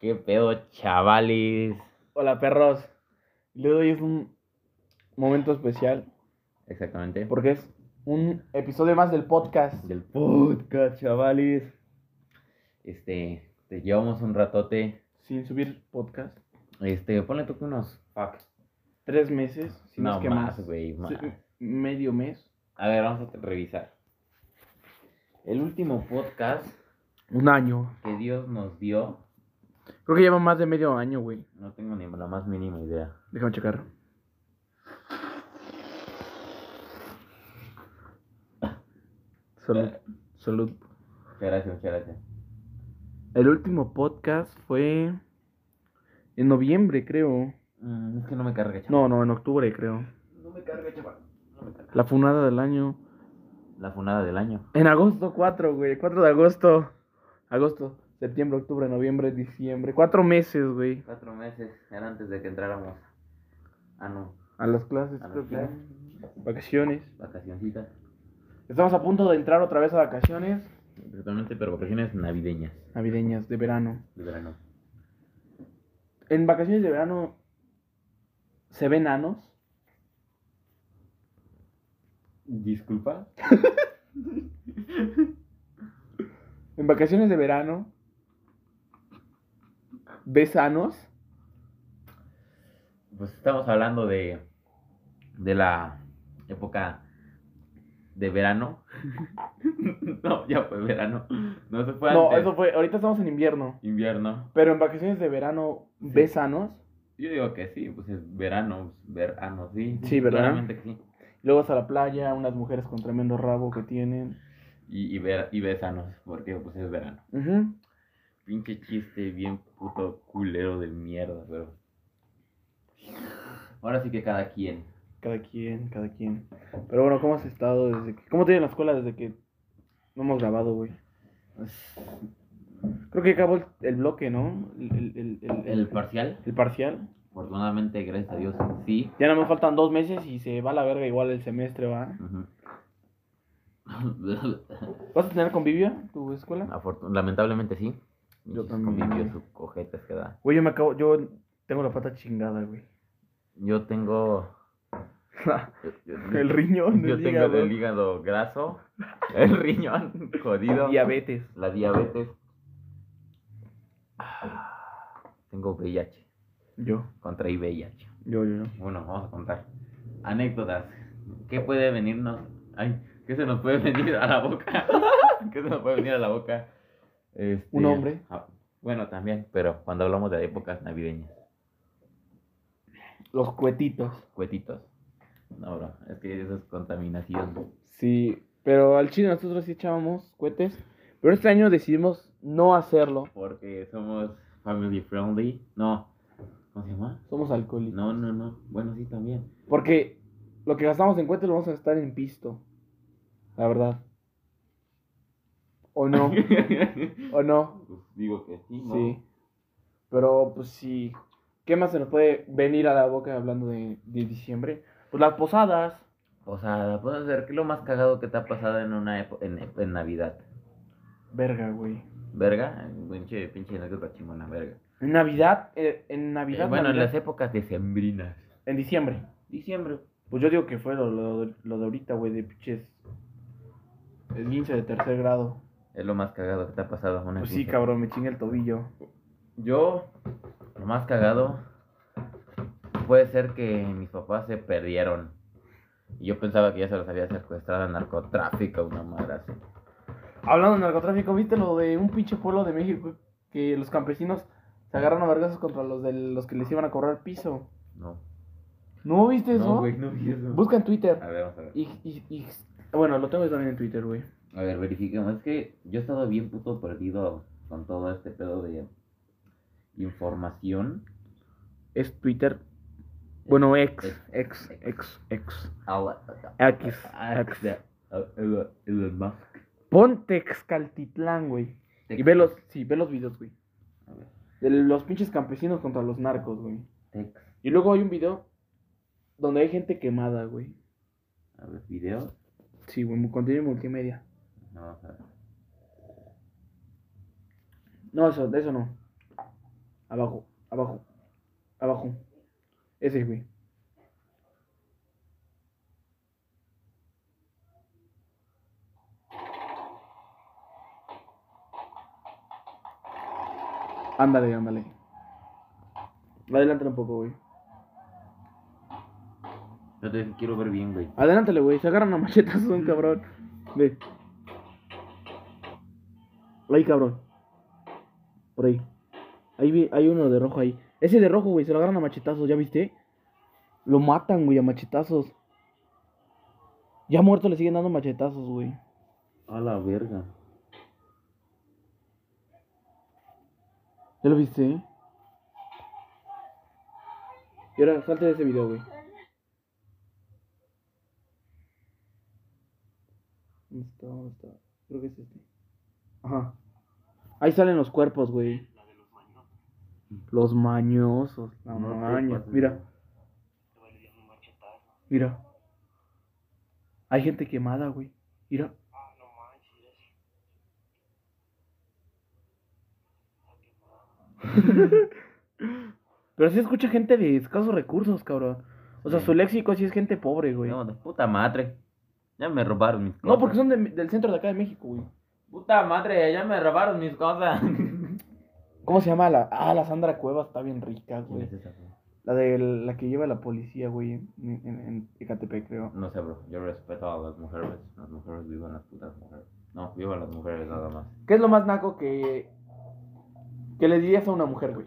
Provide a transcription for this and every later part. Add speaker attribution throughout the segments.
Speaker 1: ¿Qué pedo, chavalis?
Speaker 2: Hola perros, le doy es un momento especial
Speaker 1: Exactamente.
Speaker 2: porque es un episodio más del podcast.
Speaker 1: Del podcast, chavalis. Este, te llevamos un ratote.
Speaker 2: Sin subir podcast.
Speaker 1: Este, ponle tú que unos. Fuck.
Speaker 2: Tres meses, si no,
Speaker 1: no
Speaker 2: es que
Speaker 1: más,
Speaker 2: más.
Speaker 1: güey. más.
Speaker 2: Sí, medio mes.
Speaker 1: A ver, vamos a revisar. El último podcast
Speaker 2: Un año.
Speaker 1: que Dios nos dio,
Speaker 2: Creo que lleva más de medio año, güey.
Speaker 1: no tengo ni la más mínima idea.
Speaker 2: Déjame checar. Salud. Salud.
Speaker 1: Muchas gracias, muchas gracias.
Speaker 2: El último podcast fue en noviembre, creo.
Speaker 1: Mm, es que no me carga, chaval.
Speaker 2: No, no, en octubre, creo.
Speaker 1: No me carga, chaval. No me carga.
Speaker 2: La funada del año.
Speaker 1: La funada del año.
Speaker 2: En agosto 4, güey. 4 de agosto. Agosto, septiembre, octubre, noviembre, diciembre. Cuatro meses, güey.
Speaker 1: Cuatro meses, era antes de que entráramos. Ah, no.
Speaker 2: A las clases,
Speaker 1: A las
Speaker 2: creo que.
Speaker 1: clases.
Speaker 2: Vacaciones.
Speaker 1: Vacacioncitas.
Speaker 2: Estamos a punto de entrar otra vez a vacaciones.
Speaker 1: Exactamente, pero vacaciones navideñas,
Speaker 2: Navideñas, de verano.
Speaker 1: de verano.
Speaker 2: En vacaciones de verano se ven anos.
Speaker 1: Disculpa.
Speaker 2: En vacaciones de verano ves anos.
Speaker 1: Pues estamos hablando de, de la época de verano. no, ya fue verano. No se fue
Speaker 2: No,
Speaker 1: antes.
Speaker 2: eso fue. Ahorita estamos en invierno.
Speaker 1: Invierno.
Speaker 2: Pero en vacaciones de verano ves anos.
Speaker 1: Yo digo que sí, pues es verano, pues, verano, sí.
Speaker 2: Sí, ¿verdad?
Speaker 1: Claramente que sí.
Speaker 2: Y luego vas a la playa, unas mujeres con tremendo rabo que tienen.
Speaker 1: Y, y, ver, y besanos, porque pues es verano.
Speaker 2: Ujú.
Speaker 1: Pinche chiste bien puto culero de mierda, pero... Ahora sí que cada quien.
Speaker 2: Cada quien, cada quien. Pero bueno, ¿cómo has estado desde que... ¿Cómo te ha ido en la escuela desde que no hemos grabado, güey?
Speaker 1: Pues,
Speaker 2: Creo que acabó el, el bloque, ¿no? El, el, el- el-
Speaker 1: El parcial,
Speaker 2: el parcial.
Speaker 1: afortunadamente, gracias a Dios, sí.
Speaker 2: Ya no me faltan dos meses y se va a la verga igual el semestre, ¿va?
Speaker 1: Ujú.
Speaker 2: ¿Vas a tener convivio en tu escuela?
Speaker 1: Afortun- Lamentablemente sí.
Speaker 2: Yo
Speaker 1: Pinches
Speaker 2: también.
Speaker 1: Convivios su cojetes que da.
Speaker 2: Güey, yo me acabo... Yo tengo la pata chingada, güey.
Speaker 1: Yo tengo... yo- yo-
Speaker 2: el riñón,
Speaker 1: Yo
Speaker 2: el
Speaker 1: tengo
Speaker 2: hígado.
Speaker 1: el hígado graso, el riñón jodido,
Speaker 2: Diabetes.
Speaker 1: la diabetes. Ah, Tengo VIH,
Speaker 2: Yo,
Speaker 1: contra VIH.
Speaker 2: yo, yo, yo.
Speaker 1: Bueno, vamos a contar anécdotas. ¿Qué puede venirnos? Ay, ¿qué se nos puede venir a la boca? ¿Qué se nos puede venir a la boca? Este,
Speaker 2: Un hombre.
Speaker 1: ah, bueno, también, pero cuando hablamos de épocas navideñas,
Speaker 2: Los cuetitos.
Speaker 1: cuetitos. No, bro, es que eso es contaminación.
Speaker 2: Sí, pero al chile nosotros sí echábamos cohetes. Pero este año decidimos no hacerlo.
Speaker 1: Porque somos family friendly. No, ¿cómo se llama?
Speaker 2: Somos alcohólicos.
Speaker 1: No, no, no. Bueno, sí, también.
Speaker 2: Porque lo que gastamos en cuentas lo vamos a gastar en pisto. La verdad. ¿O no? ¿O no?
Speaker 1: Pues digo que sí, ¿no?
Speaker 2: Sí. Pero pues sí. ¿Qué más se nos puede venir a la boca hablando de, de diciembre? Pues las posadas.
Speaker 1: O sea, puedo ver qué es lo más cagado que te ha pasado en una epo- en, en Navidad.
Speaker 2: Verga, güey.
Speaker 1: Verga, pinche, pinche anécdota chingona, verga.
Speaker 2: En Navidad, eh, en Navidad,
Speaker 1: Eh, bueno, en
Speaker 2: Navidad,
Speaker 1: las épocas decembrinas.
Speaker 2: en diciembre.
Speaker 1: Diciembre.
Speaker 2: Pues yo digo que fue lo, lo- lo de ahorita, güey, de pinches. Esguince de tercer grado.
Speaker 1: Es lo más cagado que te ha pasado en una
Speaker 2: Pues sí,
Speaker 1: fiesta.
Speaker 2: cabrón, me chingue el tobillo.
Speaker 1: Yo, lo más cagado, puede ser que mis papás se perdieron. Y yo pensaba que ya se los había secuestrado al narcotráfico, una madre así.
Speaker 2: Hablando de narcotráfico, ¿viste lo de un pinche pueblo de México que los campesinos se agarran a vergazos contra los de los que les iban a cobrar piso?
Speaker 1: No.
Speaker 2: ¿No viste eso?
Speaker 1: No, güey, no vi eso.
Speaker 2: Busca en Twitter.
Speaker 1: A ver, vamos a ver.
Speaker 2: Y, y- y- bueno, lo tengo yo también en Twitter, güey.
Speaker 1: A ver, verifiquemos. Es que yo he estado bien puto perdido con todo este pedo de información. Eh,
Speaker 2: Es Twitter. Bueno, ex,
Speaker 1: Ex.
Speaker 2: ex, ex, ex.
Speaker 1: Al-
Speaker 2: X,
Speaker 1: Al-
Speaker 2: X.
Speaker 1: Al- uh, Elon- Elon Musk.
Speaker 2: Pon Texcaltitlán, güey. Y ve los, sí, ve los videos, güey.
Speaker 1: A ver.
Speaker 2: De los pinches campesinos contra los narcos, güey.
Speaker 1: Tex.
Speaker 2: Y luego hay un video donde hay gente quemada, güey.
Speaker 1: A ver, video.
Speaker 2: Sí, güey, contenido multimedia.
Speaker 1: No, vamos a ver.
Speaker 2: No, eso, de eso no. Abajo, abajo, abajo. Ese, güey. Ándale, ándale. Adelántale un poco, güey.
Speaker 1: Yo te dije, quiero ver bien, güey.
Speaker 2: Adelántale, güey. Se agarran a machetazos un cabrón. Ve. Ahí, cabrón. Por ahí. Ahí vi- hay uno de rojo ahí. Ese de rojo, güey. Se lo agarran a machetazos, ¿ya viste? Lo matan, güey, a machetazos. Ya muerto le siguen dando machetazos, güey.
Speaker 1: A la verga.
Speaker 2: ¿Ya lo viste? Y ahora salte de ese video, güey. ¿Dónde está? ¿Dónde está? Creo que es este. Ajá. Ahí salen los cuerpos, güey. Los mañosos. La
Speaker 1: No te
Speaker 2: maña.
Speaker 1: pases.
Speaker 2: Mira, mira. Hay gente quemada, güey. Mira. Pero sí escucha gente de escasos recursos, cabrón. O sea,
Speaker 1: Sí.
Speaker 2: su léxico sí es gente pobre, güey.
Speaker 1: No, de puta madre. Ya me robaron mis cosas.
Speaker 2: No, porque son de- del centro de acá de México, güey.
Speaker 1: Puta madre, ya me robaron mis cosas.
Speaker 2: ¿Cómo se llama la? Ah, la Sandra Cuevas está bien rica,
Speaker 1: ¿Quién
Speaker 2: güey.
Speaker 1: es esa, güey?
Speaker 2: La de la que lleva la policía, güey, en, en, en Ecatepec, creo.
Speaker 1: No sé, bro. Yo respeto a las mujeres. Las mujeres vivan las putas mujeres. No, vivan las mujeres nada más.
Speaker 2: ¿Qué es lo más naco que, que le dirías a una mujer, güey?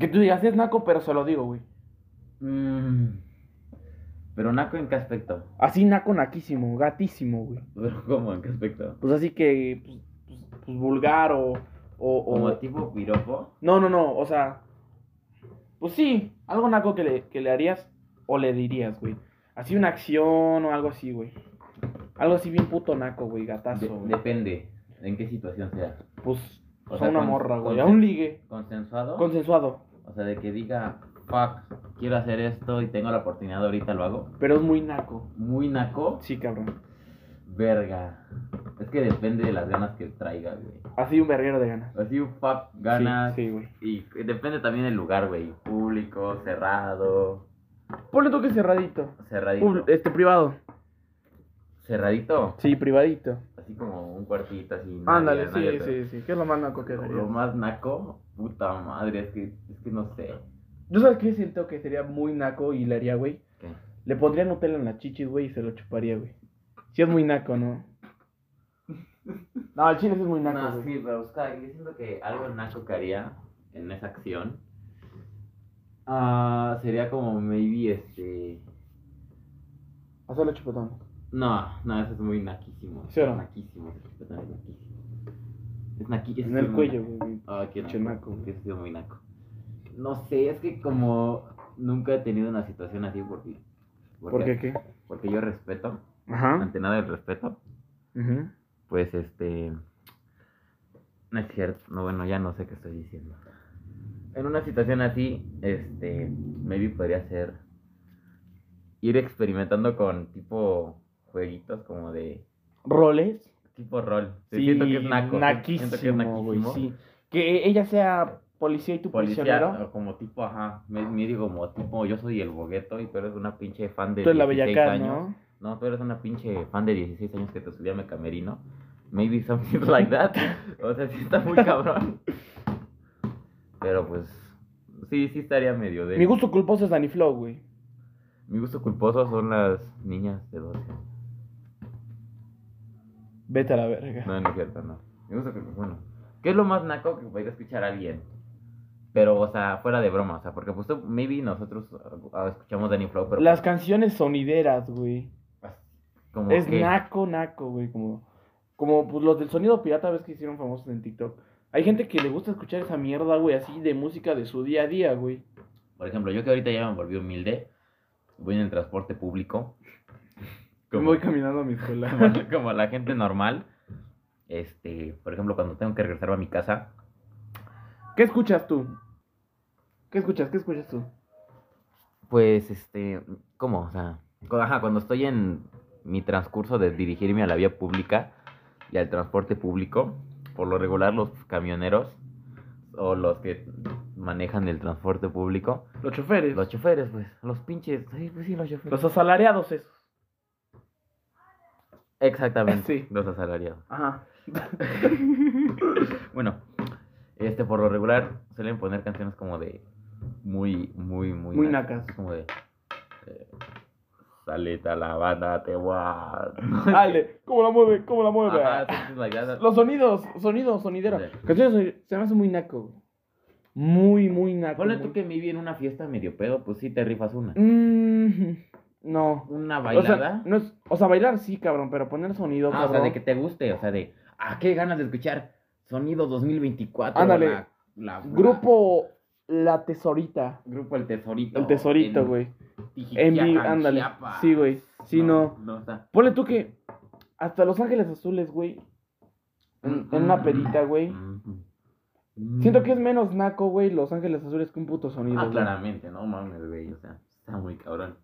Speaker 2: Que tú digas, es naco, pero se lo digo, güey.
Speaker 1: Mm. Pero Naco, ¿en qué aspecto?
Speaker 2: Así naco, naquísimo, gatísimo, güey.
Speaker 1: Pero ¿cómo? ¿En qué aspecto?
Speaker 2: Pues así que, pues, pues- pues, vulgar o... o, o-
Speaker 1: ¿Como tipo piropo?
Speaker 2: No, no, no, o sea... Pues sí, algo naco que le, que le harías o le dirías, güey. Así una acción o algo así, güey. Algo así bien puto naco, güey, gatazo.
Speaker 1: De-
Speaker 2: güey.
Speaker 1: depende. ¿En qué situación sea?
Speaker 2: Pues
Speaker 1: O
Speaker 2: a
Speaker 1: sea,
Speaker 2: una
Speaker 1: con-
Speaker 2: morra, güey.
Speaker 1: con-
Speaker 2: A un ligue.
Speaker 1: ¿Consensuado?
Speaker 2: Consensuado.
Speaker 1: O sea, de que diga, fuck, quiero hacer esto y tengo la oportunidad ahorita, lo hago.
Speaker 2: Pero es muy naco.
Speaker 1: Muy naco,
Speaker 2: Sí, cabrón.
Speaker 1: verga. Es que depende de las ganas que traiga, güey.
Speaker 2: Así un verguero de ganas.
Speaker 1: Así un fuck,
Speaker 2: Sí,
Speaker 1: ganas.
Speaker 2: Sí, güey.
Speaker 1: Y depende también del lugar, güey. Público, cerrado,
Speaker 2: Ponle toque cerradito.
Speaker 1: cerradito.
Speaker 2: Pub- este, privado.
Speaker 1: cerradito.
Speaker 2: Sí, privadito.
Speaker 1: Así como un cuartito, así. nadie-
Speaker 2: Ándale,
Speaker 1: nadie
Speaker 2: sí,
Speaker 1: te-
Speaker 2: sí, sí. ¿Qué es lo más naco que
Speaker 1: Lo,
Speaker 2: sería?
Speaker 1: lo más naco, puta madre, es que, es que no sé.
Speaker 2: ¿Yo sabes qué siento que sería muy naco y le haría, güey?
Speaker 1: ¿Qué?
Speaker 2: Le pondría Nutella en la chichis, güey, y se lo chuparía, güey. Sí es muy naco, ¿no? No, el chile sí es muy
Speaker 1: No,
Speaker 2: naco, güey.
Speaker 1: sí, pero o sea, yo siento que algo naco que haría en esa acción ah, sería como maybe este.
Speaker 2: Hacerlo chupetón.
Speaker 1: No, no, eso es muy naquísimo.
Speaker 2: ¿Sí o no?
Speaker 1: Naquísimo, es naquísimo. Es naqui- es
Speaker 2: En el
Speaker 1: muy
Speaker 2: cuello,
Speaker 1: naco.
Speaker 2: güey.
Speaker 1: Ah, qué
Speaker 2: Pinche naco,
Speaker 1: naco.
Speaker 2: güey.
Speaker 1: Que ha sido muy naco. No sé, es que como nunca he tenido una situación así porque.
Speaker 2: ¿Por qué ¿Ah? qué?
Speaker 1: Porque yo respeto,
Speaker 2: Ajá.
Speaker 1: ante nada el respeto.
Speaker 2: Ujú.
Speaker 1: Pues este. No es cierto, no, bueno, ya no sé qué estoy diciendo. En una situación así, este. Maybe podría ser. Ir experimentando con tipo. Jueguitos como de.
Speaker 2: Roles.
Speaker 1: Tipo rol. Sí, siento que es naco.
Speaker 2: Naquísimo,
Speaker 1: siento que es
Speaker 2: güey,
Speaker 1: naquísimo.
Speaker 2: sí. Que ella sea policía y tú
Speaker 1: Policía, ah,
Speaker 2: prisionero.
Speaker 1: o como tipo, ajá. Me, me digo como tipo, yo soy el bogueto y tú eres una pinche fan de.
Speaker 2: Tú eres la
Speaker 1: 16
Speaker 2: bellaca,
Speaker 1: años.
Speaker 2: ¿no?
Speaker 1: No, tú eres una pinche fan de 16 años que te subía a mi camerino. Maybe something like that. O sea, sí está muy cabrón. Pero pues, sí, sí estaría medio de...
Speaker 2: Mi gusto culposo es Danny Flow, güey.
Speaker 1: Mi gusto culposo son las niñas de 12.
Speaker 2: Vete a la verga.
Speaker 1: No, no es cierto, no. Mi gusto culposo, bueno. ¿Qué es lo más naco que podría escuchar a alguien? Pero, o sea, fuera de broma, o sea, porque pues tú- maybe nosotros ah, escuchamos Danny Flow, pero... pues,
Speaker 2: Las canciones sonideras, güey.
Speaker 1: como
Speaker 2: Es
Speaker 1: que-
Speaker 2: naco, naco, güey. Como, como pues, los del sonido pirata, ves que hicieron famosos en TikTok. Hay gente que le gusta escuchar esa mierda, güey, así de música de su día a día, güey.
Speaker 1: Por ejemplo, yo que ahorita ya me volví humilde, voy en el transporte público.
Speaker 2: Yo me voy caminando a mi escuela.
Speaker 1: como, como la gente normal. Este, por ejemplo, cuando tengo que regresar a mi casa,
Speaker 2: ¿Qué escuchas tú? ¿Qué escuchas? ¿Qué escuchas tú?
Speaker 1: pues este, ¿cómo? O sea, cu- ajá, cuando estoy en mi transcurso de dirigirme a la vía pública y al transporte público, por lo regular los camioneros o los que manejan el transporte público.
Speaker 2: Los choferes.
Speaker 1: Los choferes, pues, los pinches, sí, pues sí, los choferes.
Speaker 2: Los asalariados esos.
Speaker 1: Exactamente,
Speaker 2: Sí.
Speaker 1: los asalariados.
Speaker 2: Ajá.
Speaker 1: Bueno, este por lo regular suelen poner canciones como de muy, muy, muy,
Speaker 2: Muy nacas.
Speaker 1: Como de eh, Salita la banda, te voy a.
Speaker 2: Dale, ¿cómo la mueve? ¿Cómo la mueve?
Speaker 1: Ajá, something like that.
Speaker 2: Los sonidos, sonidos, sonidera.
Speaker 1: Sí.
Speaker 2: Canciones soni- se me hace muy naco, güey. Muy, muy naco.
Speaker 1: Ponle
Speaker 2: muy-
Speaker 1: tú que me vi en una fiesta medio pedo, pues sí te rifas una.
Speaker 2: Mm, no.
Speaker 1: Una
Speaker 2: O sea,
Speaker 1: bailada.
Speaker 2: no es- o sea, bailar sí, cabrón, pero poner sonido,
Speaker 1: Ah, o
Speaker 2: cabrón.
Speaker 1: sea, de que te guste, o sea, de. ¿A qué ganas de escuchar Sonido 2024?
Speaker 2: Ándale.
Speaker 1: la- la-
Speaker 2: Grupo La Tesorita.
Speaker 1: Grupo El Tesorito.
Speaker 2: El Tesorito,
Speaker 1: en
Speaker 2: güey.
Speaker 1: Tijiquiapan,
Speaker 2: En vi- ándale.
Speaker 1: Chiapas.
Speaker 2: Sí, güey. Sí, no.
Speaker 1: No está.
Speaker 2: Ponle tú que hasta Los Ángeles Azules, güey. En, en
Speaker 1: Mm.
Speaker 2: una pedita, güey. Siento que es menos naco, güey, Los Ángeles Azules que un puto sonido.
Speaker 1: Ah,
Speaker 2: güey.
Speaker 1: claramente, no mames, güey. O sea, está muy cabrón.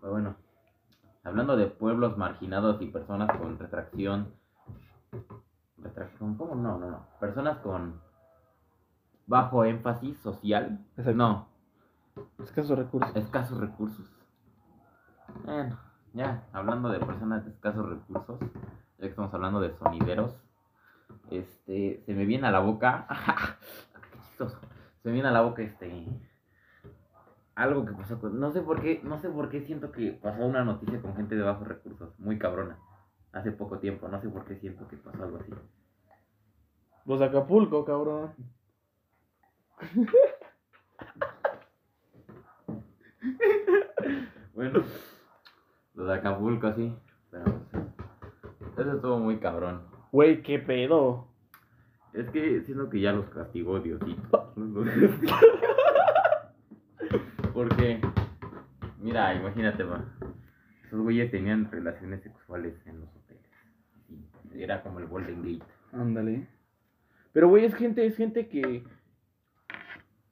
Speaker 1: Pero bueno, hablando de pueblos marginados y personas con retracción. ¿Retracción? ¿Cómo? No, no, no. Personas con bajo énfasis social.
Speaker 2: Exacto.
Speaker 1: No,
Speaker 2: Escasos recursos.
Speaker 1: escasos recursos. Bueno, ya, hablando de personas de escasos recursos, ya que estamos hablando de sonideros, este, se me viene a la boca, qué chistoso, se me viene a la boca este, algo que pasó con, no sé por qué, no sé por qué siento que pasó una noticia con gente de bajos recursos, muy cabrona, hace poco tiempo, no sé por qué siento que pasó algo así.
Speaker 2: Los de Acapulco, cabrón.
Speaker 1: Bueno, los de Acapulco, sí, pero pues, eso estuvo muy cabrón.
Speaker 2: Güey, qué pedo.
Speaker 1: Es que siento que ya los castigó Diosito.
Speaker 2: Ah.
Speaker 1: Porque, mira, imagínate, va. Esos güeyes tenían relaciones sexuales en los hoteles. Y era como el Golden Gate.
Speaker 2: Ándale. Pero, güey, es gente, es gente que.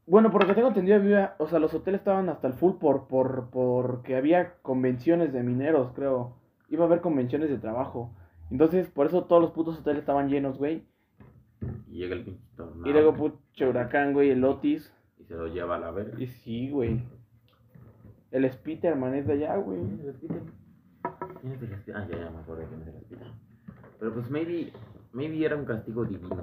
Speaker 2: Bueno, por lo que tengo entendido, había. O sea, los hoteles estaban hasta el full por, por, porque había convenciones de mineros, creo. Iba a haber convenciones de trabajo. Entonces, por eso todos los putos hoteles estaban llenos, güey.
Speaker 1: Y llega el pinche tornado.
Speaker 2: Y luego, pues, pucho, huracán, güey, el Otis.
Speaker 1: y se lo lleva a la verga.
Speaker 2: Y sí, güey. El Spiderman es de allá, güey.
Speaker 1: ¿Quién es el Peter? ¿Quién es el Peter? Ah, ya, ya me acuerdo quién es el Peter. Pero pues maybe, maybe era un castigo divino.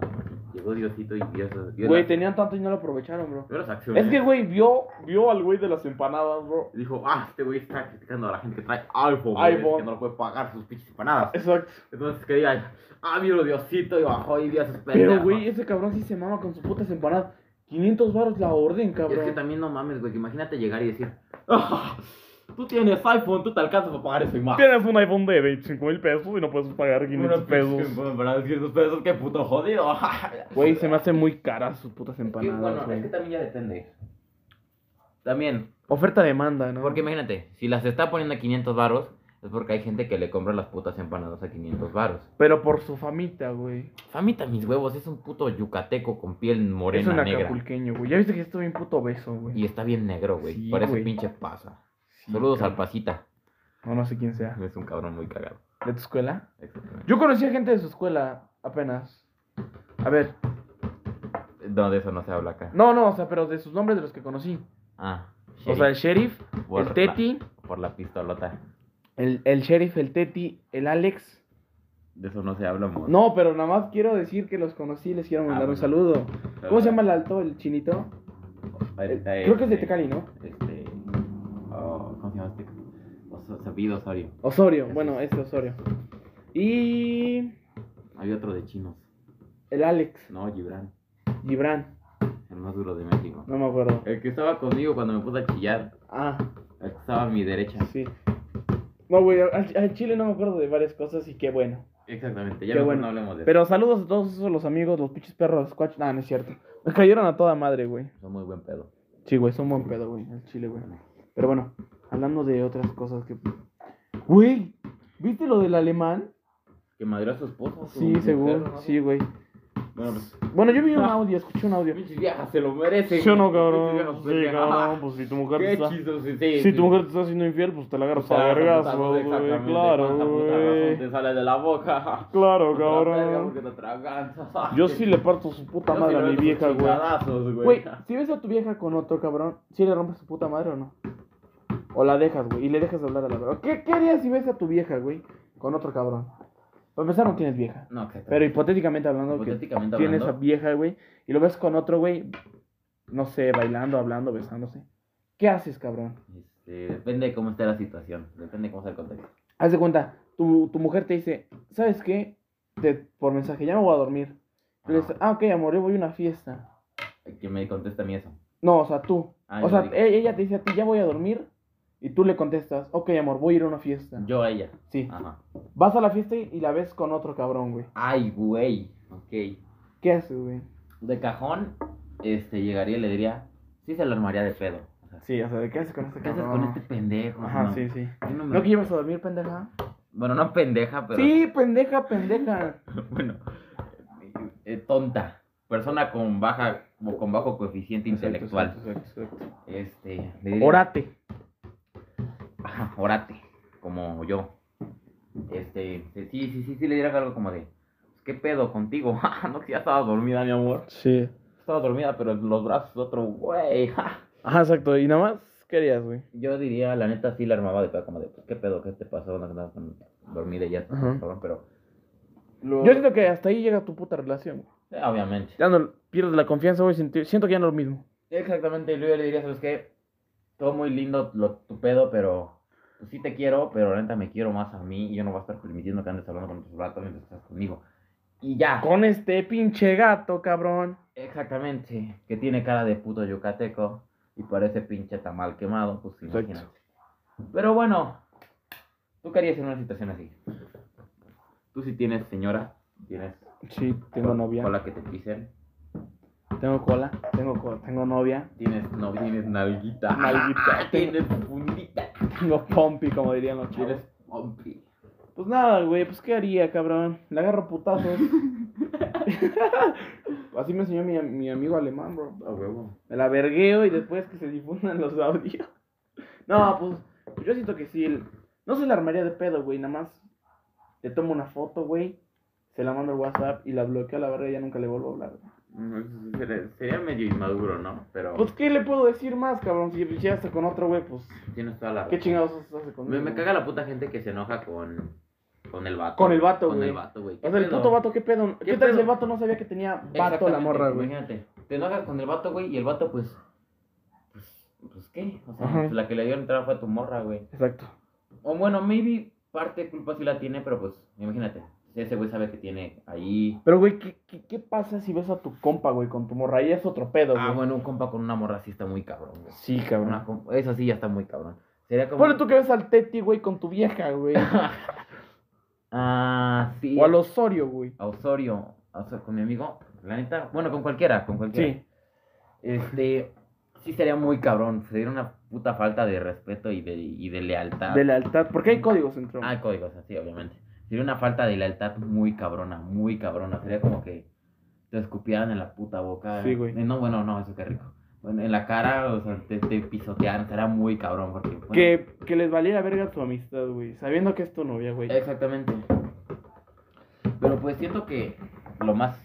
Speaker 1: Llegó Diosito y Dios. vio
Speaker 2: Güey,
Speaker 1: las-
Speaker 2: tenían tanto y no lo aprovecharon, bro.
Speaker 1: vio las acciones.
Speaker 2: Es que, güey, vio, vio al güey de las empanadas, bro.
Speaker 1: Dijo, ah, este güey está criticando a la gente que trae iPhone, güey,
Speaker 2: iPhone.
Speaker 1: que no le puede pagar sus pinches empanadas.
Speaker 2: Exacto.
Speaker 1: Entonces que diga, ah, mira Diosito, y bajó y vio a sus
Speaker 2: Pero,
Speaker 1: pendejos.
Speaker 2: güey, ese cabrón sí se mama con sus putas empanadas. 500 baros la orden,
Speaker 1: Y
Speaker 2: cabrón.
Speaker 1: es que también no mames, güey, que imagínate llegar y decir, ah, tú tienes iPhone, tú te alcanzas a pagar eso y más.
Speaker 2: Tienes un iPhone de 25 mil pesos y no puedes pagar
Speaker 1: Una pinche empanada de 500 pesos, qué puto jodido.
Speaker 2: Güey, se me hacen muy caras sus putas
Speaker 1: Y bueno,
Speaker 2: empanadas,
Speaker 1: es
Speaker 2: güey.
Speaker 1: que también ya depende. También,
Speaker 2: Oferta-demanda, ¿no?
Speaker 1: porque imagínate, si las está poniendo a 500 varos, es porque hay gente que le compra las putas empanadas a 500 varos.
Speaker 2: Pero por su famita, güey.
Speaker 1: Famita mis huevos, es un puto yucateco con piel
Speaker 2: Es
Speaker 1: morena
Speaker 2: un
Speaker 1: negra.
Speaker 2: acapulqueño, güey. Ya viste que estuvo bien puto beso, güey.
Speaker 1: Y está bien negro, güey.
Speaker 2: Sí,
Speaker 1: Parece
Speaker 2: güey.
Speaker 1: pinche pasa.
Speaker 2: Sí,
Speaker 1: Saludos al
Speaker 2: cabrón.
Speaker 1: pasita.
Speaker 2: No, no sé quién sea.
Speaker 1: Es un cabrón muy cagado.
Speaker 2: ¿De tu escuela?
Speaker 1: Exactamente.
Speaker 2: Yo conocí a gente de su escuela apenas. A ver,
Speaker 1: No, de eso no se habla acá.
Speaker 2: no, no, o sea, pero de sus nombres de los que conocí.
Speaker 1: Ah.
Speaker 2: O sea, el sheriff,
Speaker 1: por
Speaker 2: el Teti,
Speaker 1: La, por la pistolota.
Speaker 2: el, el sheriff, el Teti, el Alex.
Speaker 1: De eso no se habla mucho.
Speaker 2: No, pero nada más quiero decir que los conocí y les quiero mandar
Speaker 1: Ah,
Speaker 2: un
Speaker 1: bueno.
Speaker 2: saludo. ¿Cómo se llama el alto, el chinito? El- creo que es de Tecali, ¿no?
Speaker 1: Este. oh, ¿Cómo se llama este? Oso- Sabido Osorio.
Speaker 2: Osorio, bueno, este Osorio. Y
Speaker 1: Había otro de chinos.
Speaker 2: el Alex,
Speaker 1: No, Gibran.
Speaker 2: Gibran,
Speaker 1: El más duro de México.
Speaker 2: no me acuerdo.
Speaker 1: El que estaba conmigo cuando me puse a chillar.
Speaker 2: Ah,
Speaker 1: El que estaba a mi derecha.
Speaker 2: sí. No, güey, al, al chile no me acuerdo de varias cosas y qué bueno.
Speaker 1: Exactamente. Ya
Speaker 2: Qué
Speaker 1: mejor
Speaker 2: bueno.
Speaker 1: no hablemos de eso.
Speaker 2: Pero saludos a todos esos los amigos, los pinches perros, los cuach... Nah, no es cierto. Me cayeron a toda madre, güey.
Speaker 1: Son muy buen pedo.
Speaker 2: Sí, güey, son buen pedo, güey, al chile, güey. Pero bueno, hablando de otras cosas que... Güey, ¿viste lo del alemán?
Speaker 1: Que madrió a su esposo. su
Speaker 2: Sí,
Speaker 1: mujer,
Speaker 2: según,
Speaker 1: ¿no?
Speaker 2: sí, güey.
Speaker 3: Bueno, pues.
Speaker 2: Bueno, yo vi un audio, escuché un audio.
Speaker 1: Pinches viejas se lo Este merecen.
Speaker 2: Yo no,
Speaker 1: güey.
Speaker 2: cabrón.
Speaker 1: Pinches viejas
Speaker 2: Sí,
Speaker 1: pendejas.
Speaker 2: cabrón, pues si tu mujer te
Speaker 1: Qué
Speaker 2: está.
Speaker 1: chido, sí, sí.
Speaker 2: Si
Speaker 1: sí.
Speaker 2: tu mujer te está haciendo infiel, pues te la agarras a vergas, güey.
Speaker 1: Exactamente,
Speaker 2: Claro,
Speaker 1: cuánta puta razón
Speaker 2: güey.
Speaker 1: te sale de la boca.
Speaker 2: Claro,
Speaker 1: Otra verga porque
Speaker 2: cabrón.
Speaker 1: te atraganzas.
Speaker 2: Yo sí le parto su puta
Speaker 1: Yo
Speaker 2: madre
Speaker 1: sí
Speaker 2: a
Speaker 1: le
Speaker 2: mi
Speaker 1: meto
Speaker 2: vieja,
Speaker 1: sus
Speaker 2: güey.
Speaker 1: chingadazos,
Speaker 2: Güey, si ves a tu vieja con otro cabrón, ¿sí le rompes su puta madre o no? O la dejas, güey, y le dejas de hablar a la verdad. ¿Qué, ¿Qué harías si ves a tu vieja, güey, con otro cabrón? Para empezar, no tienes vieja.
Speaker 1: No, exactamente.
Speaker 2: Pero hipotéticamente hablando, que
Speaker 1: Hipotéticamente
Speaker 2: tienes a
Speaker 1: hablando.
Speaker 2: vieja, güey, y lo ves con otro, güey, no sé, bailando, hablando, besándose. ¿Qué haces, cabrón?
Speaker 1: Este, depende de cómo esté la situación. Depende de cómo sea el contexto.
Speaker 2: Haz de cuenta, tu, tu mujer te dice, ¿sabes qué? Te- por mensaje, ya me voy a dormir. Tú le dices, ah, ok, amor, yo voy a una fiesta.
Speaker 1: Que me contesta a mí eso.
Speaker 2: No, o sea, tú.
Speaker 1: Ah,
Speaker 2: o
Speaker 1: yo
Speaker 2: sea,
Speaker 1: digo.
Speaker 2: e- ella te dice a ti, ya voy a dormir. Y tú le contestas, ok, amor, voy a ir a una fiesta.
Speaker 1: Yo a ella.
Speaker 2: Sí.
Speaker 1: Ajá.
Speaker 2: Vas a la fiesta y y la ves con otro cabrón, güey.
Speaker 1: Ay, güey. Ok.
Speaker 2: ¿Qué haces, güey?
Speaker 1: De cajón, este, llegaría y le diría, sí se lo armaría de pedo. O sea,
Speaker 2: Sí, o sea, ¿qué haces con este
Speaker 1: ¿Qué haces con este pendejo?
Speaker 2: Ajá,
Speaker 1: No.
Speaker 2: sí, sí.
Speaker 1: Yo no me-
Speaker 2: ¿No que llevas a dormir, pendeja?
Speaker 1: Bueno, no pendeja, pero...
Speaker 2: Sí, pendeja, pendeja.
Speaker 1: Bueno, eh, tonta. Persona con baja o con bajo coeficiente intelectual. Este, le diría-
Speaker 2: Orate.
Speaker 1: Ajá, orate, como yo. Este, sí, sí, sí, sí, le diría algo como de, "Pues, ¿qué pedo contigo? Ah, no, que ya estaba dormida, mi amor.
Speaker 2: Sí.
Speaker 1: Estaba dormida, pero en los brazos de otro güey. ja.
Speaker 2: Ajá, exacto. Y nada más, ¿qué harías, güey?
Speaker 1: Yo diría, la neta, sí la armaba de pedo, como de, pues, ¿qué pedo? ¿Qué te pasó? No, no, no, dormida y ya, está,
Speaker 2: Ajá.
Speaker 1: cabrón, pero...
Speaker 2: Yo siento que hasta ahí llega tu puta relación, güey.
Speaker 1: eh, obviamente.
Speaker 2: Ya no pierdes la confianza, güey. Siento siento que ya no es lo mismo.
Speaker 1: Exactamente, yo le diría, ¿sabes qué? Todo muy lindo lo, tu pedo, pero pues, sí te quiero, pero la neta me quiero más a mí y yo no voy a estar permitiendo que andes hablando con tus ratos mientras estás conmigo. Y ya.
Speaker 2: Con este pinche gato, cabrón.
Speaker 1: Exactamente, que tiene cara de puto yucateco y parece pinche tamal quemado, pues
Speaker 2: Exacto.
Speaker 1: imagínate. Pero bueno, ¿tú qué harías en una situación así? Tú si tienes señora, tienes
Speaker 2: Sí, tengo
Speaker 1: col-
Speaker 2: novia.
Speaker 1: cola que te pisen,
Speaker 2: Tengo cola. Tengo cola. Tengo novia.
Speaker 1: tienes no tienes nalguita,
Speaker 2: Nalguita.
Speaker 1: tienes fundita,
Speaker 2: Tengo pompi, como dirían los
Speaker 1: tienes
Speaker 2: chiles.
Speaker 1: pompi.
Speaker 2: Pues nada, güey. Pues qué haría, cabrón. Le agarro putazos. Así me enseñó mi, mi amigo alemán, bro.
Speaker 1: A huevo.
Speaker 2: Me la vergueo y después que se difundan los audios. No, pues yo siento que sí. el- No se la armaría de pedo, güey. Nada más le tomo una foto, güey. Se la mando al WhatsApp y la bloqueo a la verga y ya nunca le vuelvo a hablar. güey.
Speaker 1: Mm, Sería, sería medio inmaduro, ¿no? Pero
Speaker 2: Pues, ¿qué le puedo decir más, cabrón? Si ya está con otro, güey, pues,
Speaker 1: tienes toda la
Speaker 2: ¿qué
Speaker 1: razón.
Speaker 2: chingados hace conmigo?
Speaker 1: Me, me caga la puta gente que se enoja con, con el vato.
Speaker 2: Con el vato,
Speaker 1: Con
Speaker 2: güey.
Speaker 1: el vato, güey.
Speaker 2: O sea, el
Speaker 1: ¿Qué
Speaker 2: puto
Speaker 1: pedo?
Speaker 2: vato, ¿qué pedo? ¿Qué,
Speaker 1: ¿Qué
Speaker 2: tal
Speaker 1: pedo?
Speaker 2: si el vato no sabía que tenía vato
Speaker 1: Exactamente,
Speaker 2: la morra, güey?
Speaker 1: Imagínate, te enojas con el vato, güey, y el vato, pues. Pues, pues ¿qué? O sea,
Speaker 2: Ajá.
Speaker 1: pues, la que le dio entrada fue a tu morra, güey.
Speaker 2: Exacto.
Speaker 1: O bueno, maybe parte de culpa sí la tiene, pero pues, imagínate. Ese güey sabe que tiene ahí.
Speaker 2: Pero, güey, ¿qué, qué, qué pasa si ves a tu compa, güey, con tu morra? Ahí es otro pedo, güey.
Speaker 1: Ah, bueno, un compa con una morra sí está muy cabrón, güey.
Speaker 2: Sí,
Speaker 1: Una
Speaker 2: cabrón.
Speaker 1: compa- Eso sí ya está muy cabrón. Sería como.
Speaker 2: Ponle tú que ves al Teti, güey, con tu vieja, güey.
Speaker 1: Ah, sí.
Speaker 2: O al Osorio, güey.
Speaker 1: a Osorio, o sea, con mi amigo, la neta, bueno, con cualquiera, con cualquiera.
Speaker 2: Sí.
Speaker 1: Este, sí sería muy cabrón, sería una puta falta de respeto y de, y de lealtad.
Speaker 2: De lealtad. Porque hay códigos entre
Speaker 1: Ah, códigos, así, obviamente. Sería una falta de lealtad muy cabrona, muy cabrona. Sería como que te escupieran en la puta boca.
Speaker 2: Sí, güey.
Speaker 1: Eh, No, bueno, no, eso qué rico. Bueno, en la cara, o sea, te, te pisotearan, será muy cabrón. Porque, bueno,
Speaker 2: que, que les valiera verga tu amistad, güey. Sabiendo que es tu novia, güey.
Speaker 1: Exactamente. Pero pues siento que lo más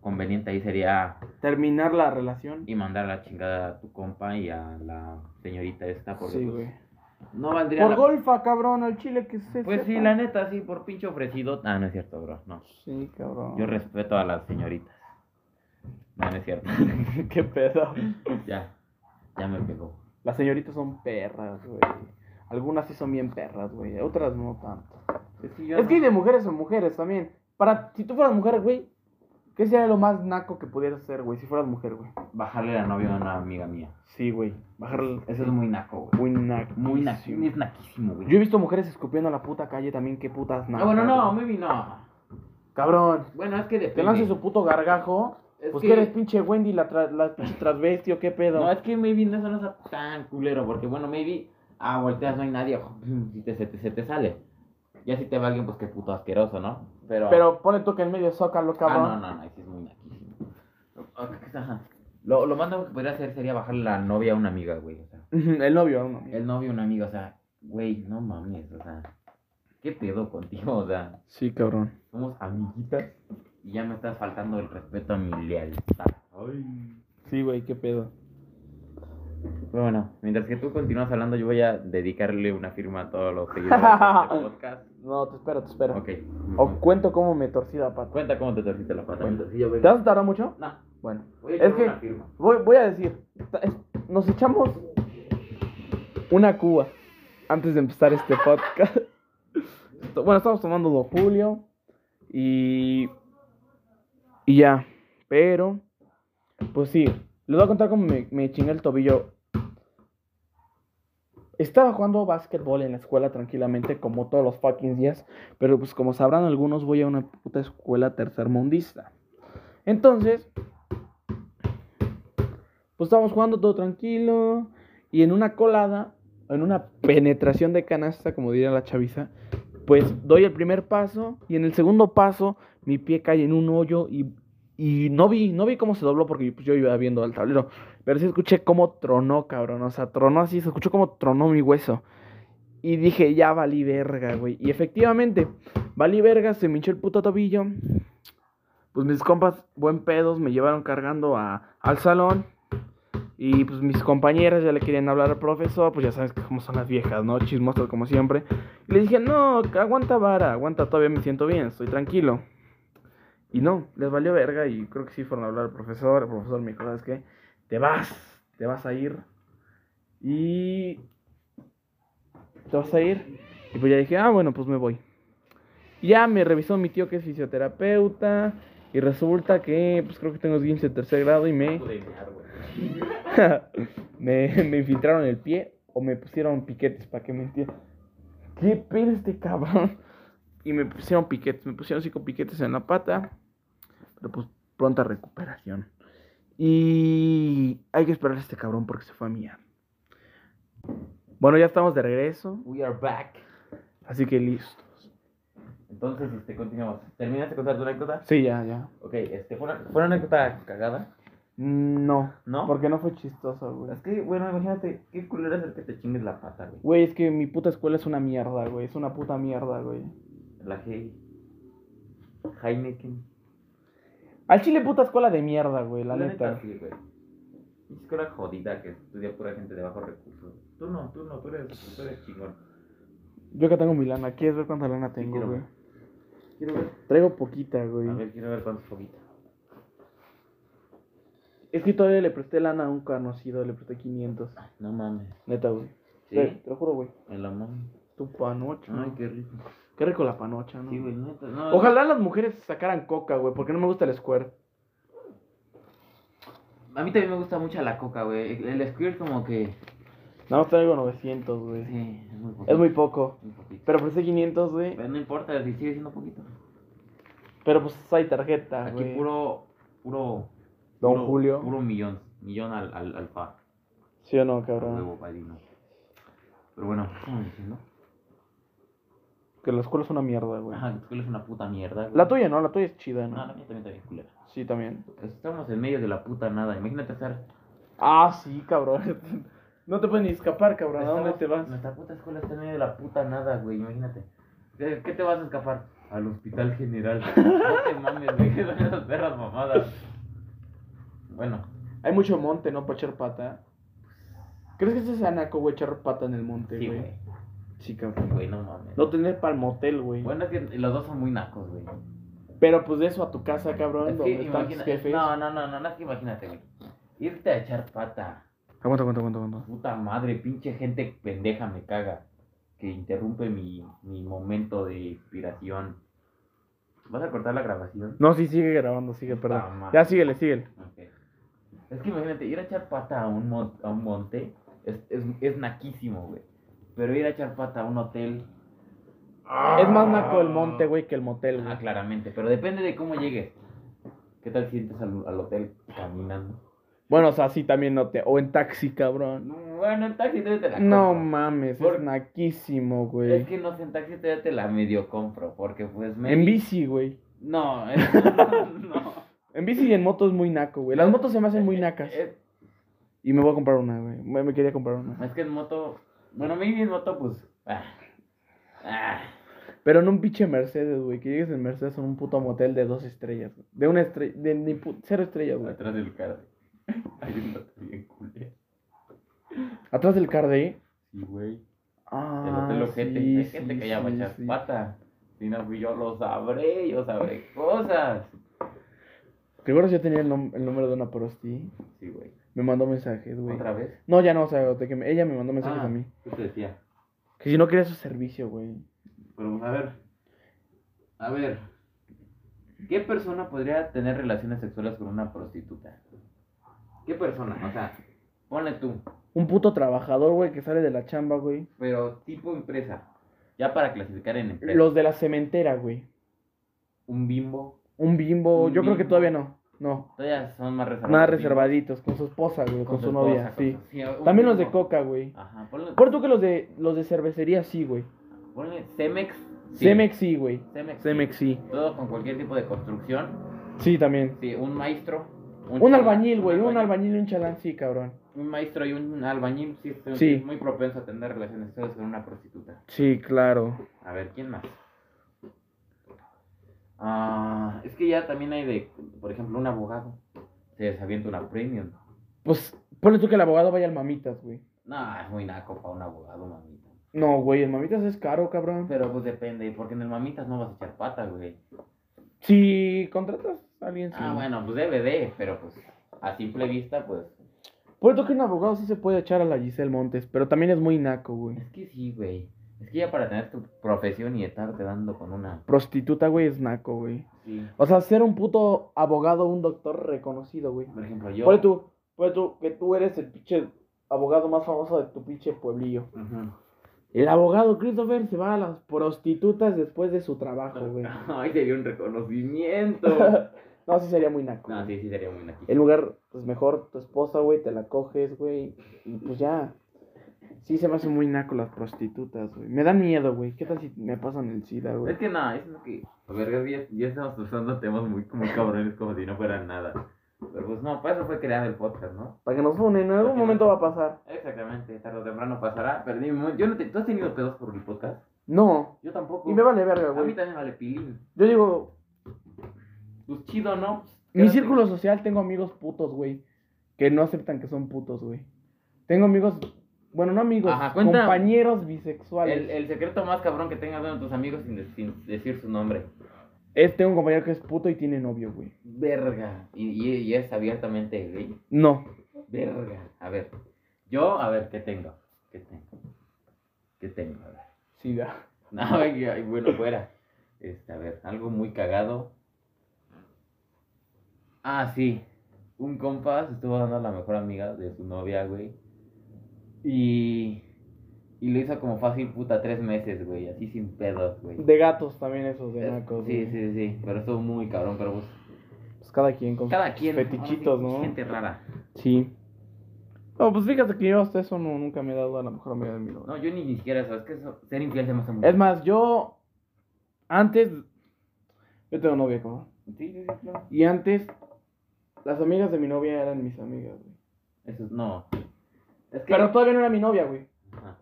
Speaker 1: conveniente ahí sería
Speaker 2: Terminar la relación.
Speaker 1: y mandar a la chingada a tu compa y a la señorita esta porque
Speaker 2: Sí,
Speaker 1: pues,
Speaker 2: güey.
Speaker 1: no valdría
Speaker 2: Por
Speaker 1: la-
Speaker 2: golfa, cabrón, al chile que se.
Speaker 1: pues sí
Speaker 2: sepa.
Speaker 1: la neta sí por pinche ofrecido ah no es cierto bro no
Speaker 2: Sí, cabrón.
Speaker 1: yo respeto a las señoritas no no es cierto
Speaker 2: Qué pedo.
Speaker 1: ya ya me pegó
Speaker 2: Las señoritas son perras, güey. Algunas sí son bien perras, güey. Otras no tanto.
Speaker 1: es que,
Speaker 2: Es que hay de mujeres a mujeres también. Para, si tú fueras mujer, güey, ¿qué sería lo más naco que pudieras hacer, güey? Si fueras mujer, güey.
Speaker 1: bajarle la novia a una amiga mía
Speaker 2: Sí, güey. Bajar el-
Speaker 1: eso es muy naco güey
Speaker 2: Muy naco.
Speaker 1: muy naco es naquísimo güey
Speaker 2: Yo he visto mujeres escupiendo a la puta calle también, qué putas
Speaker 1: ah
Speaker 2: nacas,
Speaker 1: bueno no
Speaker 2: güey.
Speaker 1: maybe no
Speaker 2: Cabrón,
Speaker 1: bueno es que
Speaker 2: te
Speaker 1: depende
Speaker 2: lanzas su puto gargajo.
Speaker 1: Es
Speaker 2: pues
Speaker 1: que-
Speaker 2: que eres pinche Wendy, la, tra- la pinche transvesti o qué pedo.
Speaker 1: No, es que maybe no, eso no está tan culero, porque bueno, maybe, ah, volteas, no hay nadie, si te, se, te, se te sale. Ya si te va alguien, pues qué puto asqueroso, ¿no? Pero,
Speaker 2: Pero pone tú que en medio zócalo,
Speaker 1: ah,
Speaker 2: cabrón.
Speaker 1: no, no, no, ahí sí es muy naquísimo. Ajá. Lo, lo más nuevo que podría hacer sería bajar la novia a una amiga, güey. O sea,
Speaker 2: El novio, era un amigo.
Speaker 1: el novio a una amiga, o sea, güey, no mames, o sea, ¿qué pedo contigo? O sea,
Speaker 2: Sí, cabrón.
Speaker 1: somos amiguitas y ya me estás faltando el respeto a mi lealtad.
Speaker 2: Sí, güey, qué pedo.
Speaker 1: Pero bueno, mientras que tú continúas hablando, yo voy a dedicarle una firma a todos los seguidores de este podcast.
Speaker 2: No, te espero, te espero.
Speaker 1: Ok.
Speaker 2: O cuento cómo me torcí la pata.
Speaker 1: Cuenta cómo te torciste la pata.
Speaker 3: Cuenta, sí, yo
Speaker 2: ¿Te
Speaker 3: vengo.
Speaker 2: vas a tardar mucho?
Speaker 1: No,
Speaker 2: Bueno,
Speaker 1: voy a
Speaker 2: es
Speaker 1: echar
Speaker 2: que
Speaker 1: una firma.
Speaker 2: voy, voy a decir, ta- es- nos echamos una cuba antes de empezar este podcast. To- Bueno, estamos tomando Don Julio y y ya, pero pues sí, les voy a contar cómo me, me chingué el tobillo. Estaba jugando básquetbol en la escuela tranquilamente, como todos los fucking días. Pero pues como sabrán algunos, voy a una puta escuela tercermundista. Entonces, pues estábamos jugando todo tranquilo. Y en una colada, en una penetración de canasta, como diría la chaviza, pues doy el primer paso. Y en el segundo paso, mi pie cae en un hoyo y... y no vi, no vi cómo se dobló porque pues, yo iba viendo al tablero. Pero sí escuché cómo tronó, cabrón. O sea, tronó así, se escuchó cómo tronó mi hueso. Y dije, ya valí verga, güey. Y efectivamente, valí verga, se me hinchó el puto tobillo. Pues mis compas, buen pedos, me llevaron cargando a- al salón. Y pues mis compañeras ya le querían hablar al profesor, pues ya sabes cómo son las viejas, ¿no? Chismosas como siempre. Y le dije, no, aguanta vara, aguanta, todavía me siento bien, estoy tranquilo. Y no, les valió verga y creo que sí fueron a hablar al profesor. El profesor me dijo, ¿sabes qué? Te vas, te vas a ir. Y... Te vas a ir. Y pues ya dije, ah, bueno, pues me voy. Y ya me revisó mi tío que es fisioterapeuta. Y resulta que, pues creo que tengo 15 de tercer grado y me...
Speaker 1: Pude mirar, güey.
Speaker 2: me, me infiltraron el pie o me pusieron piquetes, para que me entiendan. ¿Qué pedo este cabrón? Y me pusieron piquetes, me pusieron cinco piquetes en la pata. Pero pues pronta recuperación. Y hay que esperar a este cabrón porque se fue a mía. Bueno, ya estamos de regreso,
Speaker 1: We are back.
Speaker 2: así que listos.
Speaker 1: Entonces, este, continuamos. ¿Terminaste de contar tu anécdota?
Speaker 2: Sí, ya, ya.
Speaker 1: Ok, este, fue una, fue una anécdota cagada.
Speaker 2: Mm, No,
Speaker 1: ¿No?
Speaker 2: porque no fue chistoso, güey.
Speaker 1: Es que, bueno, imagínate, qué culero es el que te chingues la pata, güey.
Speaker 2: Güey, es que mi puta escuela es una mierda, güey. Es una puta mierda, güey.
Speaker 1: La Hey. Heineken.
Speaker 2: Al chile puta escuela de mierda, güey, la,
Speaker 1: La
Speaker 2: neta.
Speaker 1: neta, sí, güey. Es que era jodida que estudia pura gente de bajos recursos. Tú no, tú no, tú eres, tú eres chingón.
Speaker 2: Yo acá tengo mi lana. ¿Quieres ver cuánta lana tengo,
Speaker 1: quiero
Speaker 2: güey?
Speaker 1: ver. Quiero ver.
Speaker 2: Traigo poquita,
Speaker 1: A
Speaker 2: güey.
Speaker 1: ver, quiero ver cuántos poquitos.
Speaker 2: Es que todavía le presté lana a un conocido, le presté 500.
Speaker 1: No mames.
Speaker 2: Neta, güey.
Speaker 1: Sí,
Speaker 2: Te, te lo juro, güey.
Speaker 1: el amor.
Speaker 2: Tu panocha.
Speaker 1: Ay,
Speaker 2: ¿no?
Speaker 1: qué rico.
Speaker 2: Qué rico la panocha, ¿no?
Speaker 1: Sí, güey, neta. No,
Speaker 2: Ojalá las mujeres sacaran coca, güey, porque no me gusta el square.
Speaker 1: A mí también me gusta mucho la coca, güey. El, el squirt como que...
Speaker 2: Nada más traigo 900, güey.
Speaker 1: Sí, es muy poquito.
Speaker 2: Es muy poco.
Speaker 1: muy poquito.
Speaker 2: Pero presté 500, güey.
Speaker 1: Pero no importa, si sigue siendo poquito.
Speaker 2: Pero pues hay tarjeta,
Speaker 1: Aquí
Speaker 2: güey.
Speaker 1: puro, puro...
Speaker 2: Don
Speaker 1: puro-
Speaker 2: Julio.
Speaker 1: Puro millón. Millón al, al, al par.
Speaker 2: Sí o no,
Speaker 1: A
Speaker 2: cabrón.
Speaker 1: huevo, padrino. Pero bueno, ¿qué estamos diciendo?
Speaker 2: Que la escuela es una mierda, güey.
Speaker 1: pues, Ajá, tú eres una puta mierda, güey.
Speaker 2: La tuya, ¿no? La tuya es chida,
Speaker 1: No, la
Speaker 2: ¿no?
Speaker 1: mía también está bien culera.
Speaker 2: Sí, también.
Speaker 1: Estamos en medio de la puta nada. Imagínate estar...
Speaker 2: Ah, sí, cabrón. No te puedes ni escapar, cabrón. ¿A dónde
Speaker 1: Estamos-
Speaker 2: te vas?
Speaker 1: Nuestra puta escuela está en medio de la puta nada, güey. Imagínate. ¿De ¿Qué te vas a escapar? Al hospital general. No te mames, güey. ¿Qué son esas perras mamadas? Bueno,
Speaker 2: Hay mucho monte, ¿no? Para echar pata. ¿Crees que ese sea naco, güey, echar pata en el monte,
Speaker 1: sí,
Speaker 2: güey?
Speaker 1: güey.
Speaker 2: Sí, cabrón.
Speaker 1: Güey, no mames.
Speaker 2: No tener para el motel, güey.
Speaker 1: Bueno, es que los dos son muy nacos, güey.
Speaker 2: Pero pues de eso a tu casa, cabrón,
Speaker 1: Es que
Speaker 2: donde están tus
Speaker 1: imagina-
Speaker 2: jefes.
Speaker 1: No, no, no, no, no, es que imagínate, güey. Irte a echar pata.
Speaker 2: Aguanta, aguanta, aguanta, aguanta.
Speaker 1: Puta madre, pinche gente pendeja me caga. Que interrumpe mi, mi momento de inspiración. ¿Vas a cortar la grabación?
Speaker 2: No, sí, sigue grabando, sigue,
Speaker 1: Ah,
Speaker 2: perdón.
Speaker 1: madre.
Speaker 2: Ya síguele, síguele.
Speaker 1: Ok. Es que imagínate, ir a echar pata a un, mon- a un monte es, es, es naquísimo, güey. Pero ir a echar pata a un hotel,
Speaker 2: Es más naco el monte, güey, que el motel,
Speaker 1: ah,
Speaker 2: güey.
Speaker 1: claramente. Pero depende de cómo llegues. ¿Qué tal si entras al, al hotel caminando?
Speaker 2: Bueno, o sea, sí también no te. O en taxi, cabrón.
Speaker 1: No, bueno, en taxi todavía te la
Speaker 2: No
Speaker 1: compro.
Speaker 2: mames,
Speaker 1: Por-
Speaker 2: es naquísimo,
Speaker 1: Es
Speaker 2: güey.
Speaker 1: que no sé, en taxi todavía te la medio compro. Porque pues me.
Speaker 2: En bici, güey.
Speaker 1: No, es- no.
Speaker 2: En bici y en moto es muy naco, güey. Las motos se me hacen muy nacas.
Speaker 1: Eh,
Speaker 2: Y me voy a comprar una, güey. Me, me quería comprar una.
Speaker 1: Es que en moto. Bueno, a mí en moto, pues. ah, ah,
Speaker 2: Pero en un pinche Mercedes, güey. Que llegues en Mercedes a un puto motel de dos estrellas, güey. De una estrella. De ni pu- cero estrellas, güey.
Speaker 1: atrás del carro. Hay un moto bien culero.
Speaker 2: Atrás del Cardi.
Speaker 1: Sí, güey. El
Speaker 2: Ah.
Speaker 1: hotel ojete.
Speaker 2: sí,
Speaker 1: Hay gente
Speaker 2: sí,
Speaker 1: que ya va a
Speaker 2: sí,
Speaker 1: echar
Speaker 2: sí.
Speaker 1: pata. Si no fui yo, lo sabré. Yo sabré cosas.
Speaker 2: ¿Te acuerdas? Yo tenía el, nom- el número de una prosti.
Speaker 1: Sí, güey.
Speaker 2: Me mandó mensajes, güey.
Speaker 1: ¿Otra vez?
Speaker 2: No, ya no, o sea, de que me- ella me mandó mensajes
Speaker 1: Ah,
Speaker 2: a mí.
Speaker 1: ¿Qué te decía?
Speaker 2: Que si no quería su servicio, güey.
Speaker 1: Pero a ver. A ver. ¿Qué persona podría tener relaciones sexuales con una prostituta? ¿Qué persona? O sea, ponle tú.
Speaker 2: Un puto trabajador, güey, que sale de la chamba, güey.
Speaker 1: Pero tipo empresa. Ya para clasificar en empresa.
Speaker 2: Los de la cementera, güey.
Speaker 1: Un bimbo.
Speaker 2: Un bimbo.
Speaker 1: Un
Speaker 2: Yo creo que
Speaker 1: bimbo.
Speaker 2: todavía no. No.
Speaker 1: Todavía son más reservados.
Speaker 2: Nada
Speaker 1: los bimbos.
Speaker 2: reservaditos. Con su esposa, güey. Con, su,
Speaker 1: esposa,
Speaker 2: novia,
Speaker 1: con
Speaker 2: sí.
Speaker 1: su- un
Speaker 2: También los de
Speaker 1: bimbo.
Speaker 2: coca, güey.
Speaker 1: Ajá, ponle,
Speaker 2: Por tú que los de los de cervecería sí, güey.
Speaker 1: ponle Cemex. sí.
Speaker 2: Cemex sí, güey.
Speaker 1: Cemex.
Speaker 2: Cemex sí.
Speaker 1: Todo con cualquier tipo de construcción.
Speaker 2: Sí, también.
Speaker 1: Sí, un maestro.
Speaker 2: Un
Speaker 1: chalán,
Speaker 2: albañil, güey. Un albañil y un chalán, sí, cabrón.
Speaker 1: Un maestro y un albañil sí, es
Speaker 2: Sí.
Speaker 1: muy propenso a tener relaciones sexuales con una prostituta.
Speaker 2: Sí, claro.
Speaker 1: A ver, ¿quién más? Ah, es que ya también hay de, por ejemplo, un abogado. Se desavienta una premium.
Speaker 2: Pues ponle tú que el abogado vaya al mamitas, güey.
Speaker 1: No, es muy naco para un abogado, mamita.
Speaker 2: No, güey, el mamitas es caro, cabrón.
Speaker 1: Pero pues depende, porque en el mamitas no vas a echar pata, güey.
Speaker 2: Si contratas a alguien, sí.
Speaker 1: Ah, bueno, pues debe de, pero pues a simple vista, pues.
Speaker 2: Por eso que un abogado sí se puede echar a la Giselle Montes, pero también es muy naco, güey.
Speaker 1: Es que sí, güey. Es que ya para tener tu profesión y estarte dando con una.
Speaker 2: Prostituta, güey, es naco, güey.
Speaker 1: Sí.
Speaker 2: O sea, ser un puto abogado, un doctor reconocido, güey.
Speaker 1: Por ejemplo, yo.
Speaker 2: Ponle tú, ponle tú, que tú eres el pinche abogado más famoso de tu pinche pueblillo.
Speaker 1: Ujú.
Speaker 2: El abogado Christopher se va a las prostitutas después de su trabajo, güey.
Speaker 1: Ay, sería un reconocimiento.
Speaker 2: No, sí sería muy naco.
Speaker 1: no,
Speaker 2: güey.
Speaker 1: sí, sí, sería muy naquito.
Speaker 2: En lugar, pues mejor tu esposa, güey, te la coges, güey. Y pues ya. Sí, se me hacen muy naco las prostitutas, güey. Me da miedo, güey. ¿Qué tal si me pasan el SIDA, güey?
Speaker 1: Es que nada, es lo que. A ver, ya, ya estamos usando temas muy como cabrones, como si no fueran nada. Pero pues no, para eso fue creado el podcast, ¿no?
Speaker 2: Para que nos unen, en algún momento va a pasar.
Speaker 1: Exactamente, tarde o temprano pasará. Perdí mi momento. Yo no te, ¿Tú has tenido pedos por mi podcast?
Speaker 2: No.
Speaker 1: Yo tampoco.
Speaker 2: Y me vale verga,
Speaker 1: A mí
Speaker 2: güey.
Speaker 1: también vale pilín.
Speaker 2: Yo digo,
Speaker 1: Pues chido, ¿no? Pues,
Speaker 2: mi
Speaker 1: quédate.
Speaker 2: círculo social tengo amigos putos, güey. Que no aceptan que son putos, güey. Tengo amigos, bueno, no amigos,
Speaker 1: Ajá, cuenta-
Speaker 2: compañeros bisexuales.
Speaker 1: El, el secreto más cabrón que tengas de uno de tus amigos sin, de- sin decir su nombre.
Speaker 2: Es, tengo un compañero que es puto y tiene novio, güey.
Speaker 1: Verga. Y, y, y es abiertamente gay.
Speaker 2: No.
Speaker 1: Verga. A ver. Yo, a ver, ¿qué tengo? ¿Qué tengo? ¿Qué tengo? A ver.
Speaker 2: SIDA.
Speaker 1: No, ay, ay, bueno, fuera. Este, a ver, algo muy cagado. Ah, sí. Un compa se estuvo dando a la mejor amiga de su novia, güey. Y. Y lo hizo como fácil, puta, tres meses, güey. Así sin pedos, güey.
Speaker 2: De gatos también esos, de
Speaker 1: Es-
Speaker 2: nacos,
Speaker 1: Sí,
Speaker 2: güey.
Speaker 1: sí, sí. Pero estuvo muy cabrón, pero pues.
Speaker 2: Pues cada quien con
Speaker 1: Cada quien. ahora sí,
Speaker 2: fetichitos, ¿no?
Speaker 1: Gente rara.
Speaker 2: Sí. No, pues fíjate que yo hasta eso no, nunca me he dado a la mejor amiga de mi novia.
Speaker 1: No, yo ni, ni siquiera eso. Es que eso- ser infiel se me hace muy.
Speaker 2: Es más, yo antes yo tengo novia, cabrón.
Speaker 1: Sí, sí, sí, claro.
Speaker 2: Y antes las amigas de mi novia eran mis amigas, güey.
Speaker 1: Eso es- no. Es que. Ah,
Speaker 2: Pero todavía no era mi novia, güey.
Speaker 1: Ajá.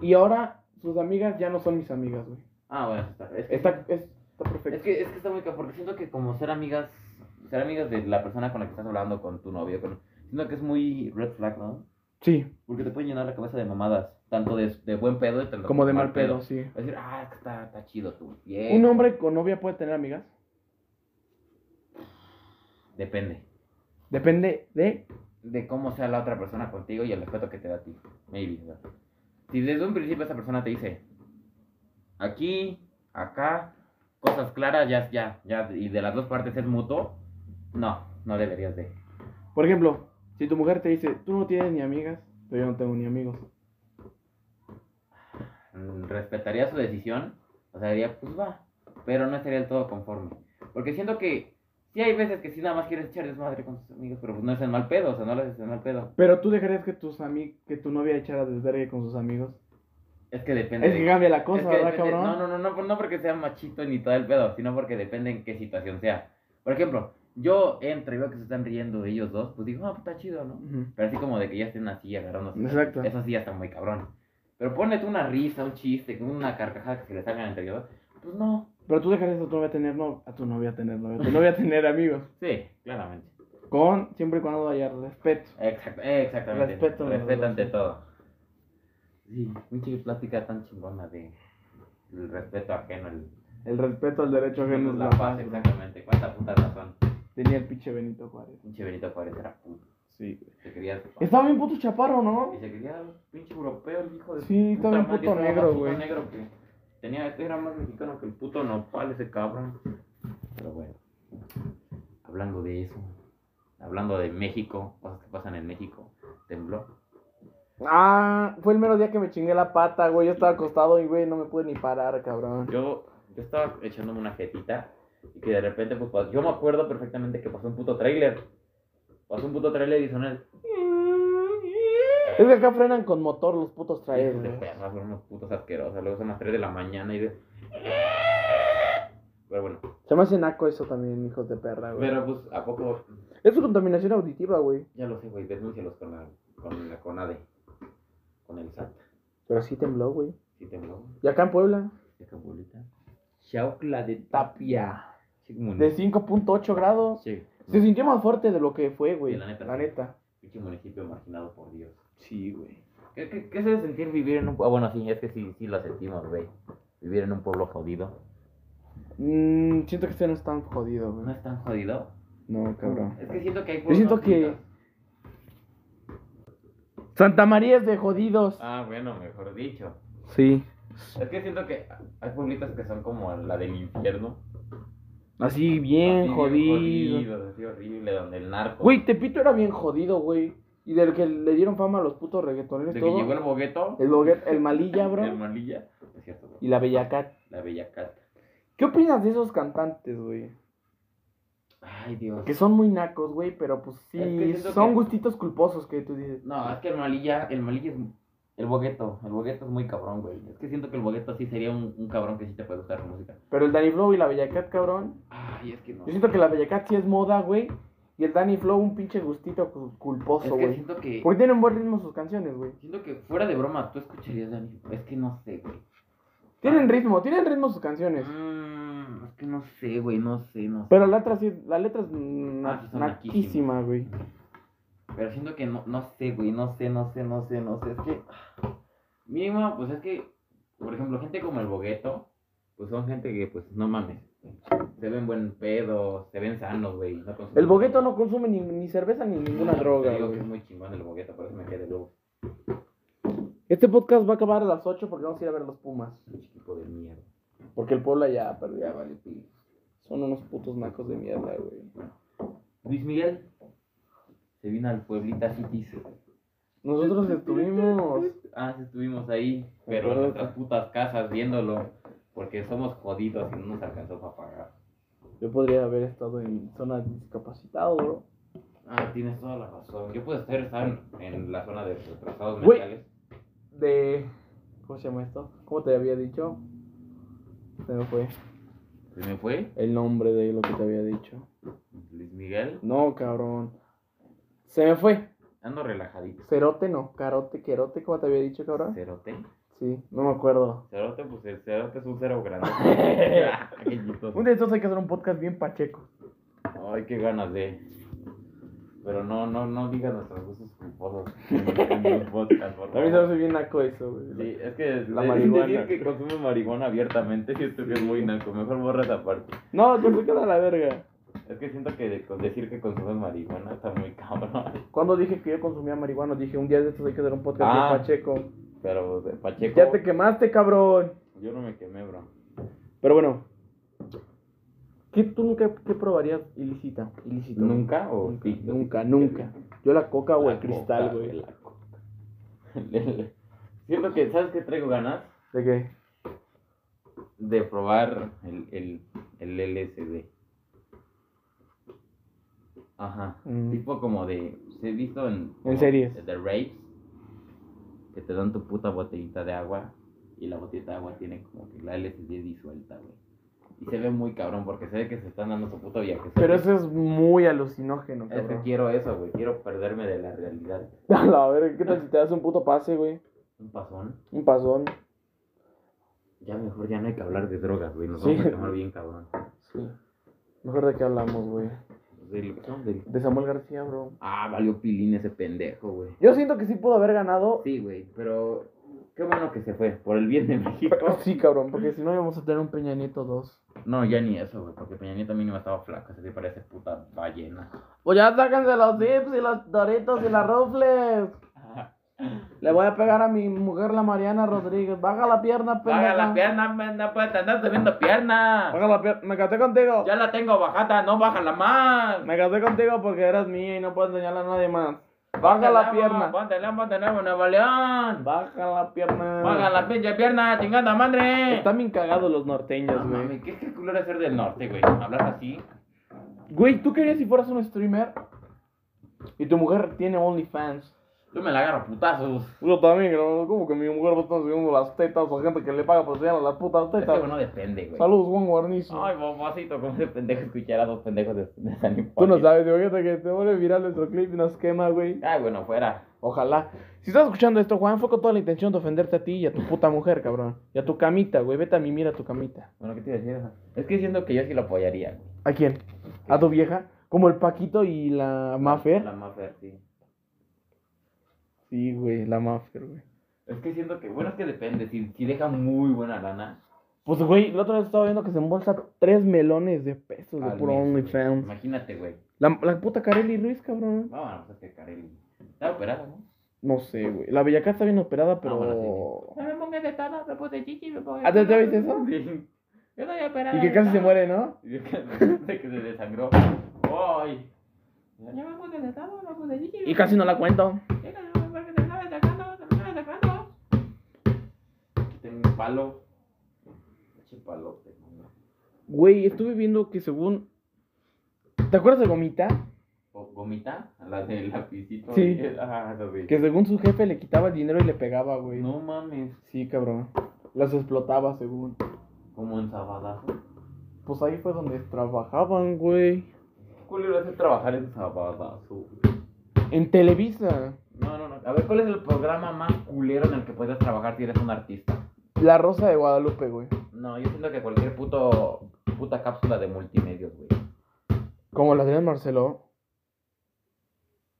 Speaker 2: Y ahora sus amigas ya no son mis amigas, güey.
Speaker 1: Ah, bueno, está. Es que
Speaker 2: Está, es- está perfecto.
Speaker 1: Es que, es que está muy cabrón, porque siento que como ser amigas, ser amigas de la persona con la que estás hablando, con tu novio, con... siento que es muy red flag, ¿no?
Speaker 2: Sí,
Speaker 1: Porque te pueden llenar la cabeza de mamadas, tanto de, de buen pedo y tanto
Speaker 2: como de mal pedo, sí.
Speaker 1: Es decir, ah, es que está, está chido tú.
Speaker 2: ¿Un hombre con novia puede tener amigas?
Speaker 1: Depende
Speaker 2: Depende de...
Speaker 1: de cómo sea la otra persona contigo y el respeto que te da a ti. Maybe, ¿verdad? Si desde un principio esa persona te dice, aquí, acá, cosas claras, ya, ya, ya, y de las dos partes es mutuo, no, no deberías de.
Speaker 2: Por ejemplo, si tu mujer te dice, tú no tienes ni amigas, pero yo no tengo ni amigos.
Speaker 1: Mm, respetaría su decisión, o sea, diría, pues va, pero no estaría del todo conforme. Porque siento que sí hay veces que sí nada más quieres echar desmadre con tus amigos, pero pues no es el mal pedo, o sea, no lo haces en mal pedo.
Speaker 2: Pero tú dejarías que tus ami que tu novia echara desvergue con sus amigos.
Speaker 1: Es que depende.
Speaker 2: Es que
Speaker 1: de-
Speaker 2: cambia la
Speaker 1: es
Speaker 2: cosa,
Speaker 1: que
Speaker 2: ¿verdad,
Speaker 1: depende-
Speaker 2: cabrón?
Speaker 1: No, no, no, no, no porque sea machito ni todo el pedo, sino porque depende en qué situación sea. Por ejemplo, yo entro y veo que se están riendo ellos dos, pues digo, ah, pues está chido, ¿no?
Speaker 2: Ujú.
Speaker 1: Pero así como de que ya estén así agarrándose.
Speaker 2: Exacto.
Speaker 1: Eso sí ya está muy cabrón. Pero ponle tú una risa, un chiste, una carcajada que se le salga entre ellos. Pues no.
Speaker 2: Pero tú dejarías a tu novia tener no a tu novia tener novia, a tu novia tener amigos.
Speaker 1: Sí, claramente.
Speaker 2: Con siempre y cuando haya respeto.
Speaker 1: Exact- exactamente.
Speaker 2: Respeto,
Speaker 1: Respeto
Speaker 2: ¿no?
Speaker 1: ante todo. Sí, pinche plática tan chingona de el respeto ajeno, el,
Speaker 2: El respeto al derecho ajeno es
Speaker 1: la
Speaker 2: la
Speaker 1: paz,
Speaker 2: paz. bro.
Speaker 1: exactamente. Cuánta puta razón.
Speaker 2: Tenía el pinche Benito Juárez.
Speaker 1: Pinche Benito Juárez era puto.
Speaker 2: Sí, güey.
Speaker 1: Se quería.
Speaker 2: Estaba bien puto chaparro, ¿no?
Speaker 1: Y se quería pinche europeo el hijo de.
Speaker 2: Sí,
Speaker 1: puta
Speaker 2: estaba bien
Speaker 1: madre,
Speaker 2: puto
Speaker 1: estaba más
Speaker 2: negro,
Speaker 1: puto
Speaker 2: güey.
Speaker 1: negro que tenía, este era más mexicano que el puto nopal ese cabrón. Pero bueno, hablando de eso, hablando de México, cosas que pasan en México, tembló.
Speaker 2: Ah, fue el mero día que me chingué la pata, güey. Yo estaba acostado y, güey, no me pude ni parar, cabrón.
Speaker 1: Yo, yo estaba echándome una jetita y que de repente, pues, pas- yo me acuerdo perfectamente que pasó un puto trailer. Pasó un puto trailer y sonó el...
Speaker 2: Es que acá frenan con motor los putos trailers,
Speaker 1: Hijos de
Speaker 2: güey.
Speaker 1: perra, fueron unos putos asquerosos. Luego son las 3 de la mañana y de... Pero bueno,
Speaker 2: Se me hace naco eso también, hijos de perra, güey.
Speaker 1: pero pues, ¿a poco
Speaker 2: Es su contaminación auditiva, güey.
Speaker 1: Ya lo sé, güey, denúncialos con la, con la CONADE, con el SAT.
Speaker 2: Pero sí tembló, güey.
Speaker 1: Si tengo,
Speaker 2: Y acá en Puebla.
Speaker 1: de Capulita. Chaucla de Tapia. Mm.
Speaker 2: De 5.8 grados.
Speaker 1: Sí.
Speaker 2: Se sintió más fuerte de lo que fue, güey.
Speaker 1: Sí, la neta,
Speaker 2: La
Speaker 1: sí.
Speaker 2: neta.
Speaker 1: Pinche municipio marginado por Dios.
Speaker 2: Sí, güey.
Speaker 1: ¿Qué, qué, qué se debe sentir vivir en un pueblo? Ah, bueno, sí, es que sí, sí lo sentimos, güey. Vivir en un pueblo jodido.
Speaker 2: Mm, siento que este no es tan jodido,
Speaker 1: No
Speaker 2: güey.
Speaker 1: es tan jodido.
Speaker 2: No, cabrón.
Speaker 1: Es que siento que hay
Speaker 2: Yo siento que. Santa María es de jodidos.
Speaker 1: Ah, bueno, mejor dicho.
Speaker 2: Sí.
Speaker 1: Es que siento que hay pueblitos que son como la del infierno.
Speaker 2: Así bien
Speaker 1: Así
Speaker 2: jodido.
Speaker 1: jodidos, así horrible, donde el narco.
Speaker 2: Güey, Tepito era bien jodido, güey. Y del que le dieron fama a los putos reggaetoneros
Speaker 1: De
Speaker 2: y
Speaker 1: que llegó
Speaker 2: todo.
Speaker 1: el bogueto.
Speaker 2: El, Loguet- el Malilla,
Speaker 1: El
Speaker 2: bro.
Speaker 1: Malilla. Es cierto, bro.
Speaker 2: Y la Bellacat.
Speaker 1: La Bella Cat.
Speaker 2: ¿Qué opinas de esos cantantes, güey?
Speaker 1: Ay, Dios.
Speaker 2: Que son muy nacos, güey, pero pues sí,
Speaker 1: Es que siento
Speaker 2: son
Speaker 1: que-
Speaker 2: gustitos culposos que tú dices.
Speaker 1: No, es que el Malilla, el Malilla es... El bogueto, el bogueto es muy cabrón, güey. Es que siento que el bogueto sí sería un, un cabrón que sí te puede gustar su música.
Speaker 2: Pero el Danny Flow y la Bellacat, cabrón.
Speaker 1: Ay, es que no.
Speaker 2: Yo siento que la Bellacat sí es moda, güey. Y el Danny Flow un pinche gustito cul-
Speaker 1: Es
Speaker 2: culposo,
Speaker 1: que
Speaker 2: güey.
Speaker 1: siento que...
Speaker 2: Porque tienen buen ritmo sus canciones, güey.
Speaker 1: Siento que fuera de broma, tú escucharías de mí. Es que no sé, güey.
Speaker 2: Tienen ritmo, tienen ritmo sus canciones.
Speaker 1: Mm, es que no sé, güey, no sé, no sé.
Speaker 2: Pero la letra sí, la letra es na-
Speaker 1: Ah, sí, son
Speaker 2: naquísima, güey.
Speaker 1: Pero siento que no, no sé, güey, no sé, no sé, no sé, no sé. Es que, mínimo, pues es que, por ejemplo, gente como el Bogueto, pues son gente que, pues, no mames. Se ven buen pedo, se ven sanos, güey. no consumen-
Speaker 2: El bogueto no consume ni, ni cerveza ni ninguna
Speaker 1: No,
Speaker 2: droga,
Speaker 1: Ah, Te digo que
Speaker 2: güey.
Speaker 1: es muy chingón el Bogueto, por eso me quedé de luego.
Speaker 2: Este podcast va a acabar a las 8 porque vamos a ir a ver los Pumas.
Speaker 1: Chiquito de mierda.
Speaker 2: Porque el Puebla ya perdió,
Speaker 1: Ya
Speaker 2: güey.
Speaker 1: vale, pi.
Speaker 2: Son unos putos nacos de mierda, güey.
Speaker 1: Luis Miguel se vino al Pueblita Cities.
Speaker 2: Nosotros estuvimos.
Speaker 1: Ah, sí, estuvimos ahí, pero en
Speaker 2: Acuérdate.
Speaker 1: nuestras putas casas viéndolo, porque somos jodidos y no nos alcanzó para pagar.
Speaker 2: Yo podría haber estado en zona de discapacitado, bro.
Speaker 1: Ah, tienes toda la razón. Yo puedo estar ¿saben? en la zona de retrasados
Speaker 2: Güey.
Speaker 1: mentales.
Speaker 2: De. ¿Cómo se llama esto? ¿Cómo te había dicho? Se me fue.
Speaker 1: ¿Se me fue?
Speaker 2: El nombre de lo que te había dicho.
Speaker 1: Luis Miguel.
Speaker 2: No, cabrón. Se me fue.
Speaker 1: Ando relajadito.
Speaker 2: Cerote, no. Carote, querote, ¿cómo te había dicho, cabrón?
Speaker 1: Cerote.
Speaker 2: Sí, no me acuerdo.
Speaker 1: Cerote, pues el cerote es un cero grande. Ay, chistoso.
Speaker 2: Un de estos hay que hacer un podcast bien pacheco.
Speaker 1: Ay, qué ganas de. Pero no, no, no digas nuestros gustos culposos en el podcast, por
Speaker 2: A mí se me
Speaker 1: favor.
Speaker 2: hace bien naco eso, güey.
Speaker 1: Sí, es que
Speaker 2: La
Speaker 1: de-
Speaker 2: marihuana.
Speaker 1: decir que consume marihuana abiertamente siento que es muy naco. Mejor borra esa parte.
Speaker 2: No, yo fui a la verga.
Speaker 1: Es que siento que de- con decir que consume marihuana está muy cabrón.
Speaker 2: Cuando dije que yo consumía marihuana, dije un día de estos hay que hacer un podcast
Speaker 1: Ah.
Speaker 2: bien pacheco.
Speaker 1: Pero pues, de Pacheco.
Speaker 2: Ya te quemaste, cabrón.
Speaker 1: Yo no me quemé, bro.
Speaker 2: Pero bueno. ¿Qué tú nunca qué probarías ilícita? Ilícito. güey.
Speaker 1: ¿Nunca o
Speaker 2: Nunca,
Speaker 1: sí?
Speaker 2: nunca, nunca. Yo la coca o el cristal, güey.
Speaker 1: La coca. Siento que, ¿sabes qué traigo ganas?
Speaker 2: ¿De qué?
Speaker 1: De probar el, el, el LSD. Ajá.
Speaker 2: Mm.
Speaker 1: Tipo como de. Se he visto en. como
Speaker 2: series.
Speaker 1: de The Rapes. Que te dan tu puta botellita de agua. Y la botellita de agua tiene como que la LSD disuelta, güey. Y se ve muy cabrón porque se ve que se están dando su puta viaje.
Speaker 2: Pero eso es muy alucinógeno,
Speaker 1: Es que
Speaker 2: cabrón.
Speaker 1: quiero eso, güey. Quiero perderme de la realidad.
Speaker 2: A la verga, ¿qué tal si te das un puto pase, güey?
Speaker 1: Un pasón.
Speaker 2: Un pasón.
Speaker 1: Ya mejor ya no hay que hablar de drogas, güey. Nos
Speaker 2: Sí.
Speaker 1: vamos a tomar bien cabrón.
Speaker 2: Sí. Mejor de qué hablamos, güey.
Speaker 1: Del- del-
Speaker 2: De Samuel García, bro.
Speaker 1: Ah, valió pilín ese pendejo, güey.
Speaker 2: Yo siento que sí pudo haber ganado.
Speaker 1: Sí, güey, pero qué bueno que se fue. Por el bien de México.
Speaker 2: Pero- Sí, cabrón, porque si no íbamos a tener un Peña Nieto 2.
Speaker 1: No, ya ni eso, güey. Porque Peña Nieto mínimo estaba flaca. Se te parece puta ballena.
Speaker 2: Pues ya sáquense los dips y los doritos y las rufles. Le voy a pegar a mi mujer, la Mariana Rodríguez. Baja la pierna,
Speaker 1: Paga la pierna, pues, man, no puedes andar subiendo pierna.
Speaker 2: Baja la pierna. Me casé contigo.
Speaker 1: Ya la tengo bajada, no bájala más.
Speaker 2: Me casé contigo porque eras mía y no puedo enseñarla a nadie más. Baja la pierna.
Speaker 1: Póntela, póntela, Nuevo León.
Speaker 2: Baja la pierna.
Speaker 1: Baja la pinche pierna, chingada madre.
Speaker 2: Están bien cagados los
Speaker 1: No,
Speaker 2: norteños, güey.
Speaker 1: mami, ¿Qué es culo de ser del norte, güey? Hablar así.
Speaker 2: Güey, ¿tú querías si fueras un streamer? Y tu mujer tiene OnlyFans.
Speaker 1: Yo me la agarro a putazos.
Speaker 2: Yo también, cabrón. como que mi mujer va a estar enseñando las tetas a gente que le paga por enseñar las putas
Speaker 1: Este
Speaker 2: tetas?
Speaker 1: güey no depende, güey.
Speaker 2: Saludos, Juan Guarnizo.
Speaker 1: Ay, bobocito, cómo ese pendejo escuchar a dos pendejos de, de San
Speaker 2: Tú no
Speaker 1: Hipólito.
Speaker 2: sabes, imagínate que te vuelve viral nuestro clip y nos quema, güey.
Speaker 1: Ay, bueno, fuera.
Speaker 2: Ojalá. Si estás escuchando esto, Juan, fue con toda la intención de ofenderte a ti y a tu puta mujer, cabrón. Y a tu camita, güey. Vete a mí, mira tu camita.
Speaker 1: Bueno, ¿qué te iba a decir? Es que siento que yo sí lo apoyaría, güey.
Speaker 2: ¿A quién? ¿A tu vieja? Como el Paquito y la Mafer.
Speaker 1: La Maffer, sí.
Speaker 2: Sí, güey, la Mafer, güey.
Speaker 1: Es que siento que, bueno, es que depende. Si, si deja muy buena lana.
Speaker 2: Pues, güey, la otra vez estaba viendo que se embolsa tres melones de pesos de
Speaker 1: al
Speaker 2: puro
Speaker 1: mes, güey.
Speaker 2: OnlyFans.
Speaker 1: Imagínate, güey.
Speaker 2: La, la puta Kareli Ruiz, cabrón.
Speaker 1: Vámonos, es que Carelli. Está operada, ¿no?
Speaker 2: No sé, güey. La Bellaca está bien operada, pero.
Speaker 1: Ah, bueno, No me pongas de tada, me puse chichi, me pongo.
Speaker 2: Ah, ¿te- te viste eso?
Speaker 1: Sí. Yo estoy operada.
Speaker 2: Y que
Speaker 1: de
Speaker 2: casi se
Speaker 1: tada.
Speaker 2: muere, ¿no?
Speaker 1: Y que de que se desangró. ¡Ay! Yo me puse de tada, me puse chichi.
Speaker 2: Y casi no la cuento.
Speaker 1: Tengo un palo. Pinche palote, mano.
Speaker 2: Güey, estuve viendo que según. ¿Te acuerdas de Gomita?
Speaker 1: ¿O ¿Gomita? La del lapicito.
Speaker 2: Sí.
Speaker 1: de- Ah, lo vi.
Speaker 2: Que según su jefe le quitaba el dinero y le pegaba, güey.
Speaker 1: No mames.
Speaker 2: Sí, cabrón. Las explotaba, según.
Speaker 1: Como en sabadazo.
Speaker 2: Pues ahí fue donde trabajaban, güey.
Speaker 1: ¿Cuál iba a hacer trabajar en sabadazo?
Speaker 2: En Televisa.
Speaker 1: No, no, no. A ver, ¿cuál es el programa más culero en el que puedes trabajar si eres un artista?
Speaker 2: La Rosa de Guadalupe, güey.
Speaker 1: No, yo siento que cualquier puto puta cápsula de multimedios, güey.
Speaker 2: Como la de Marcelo.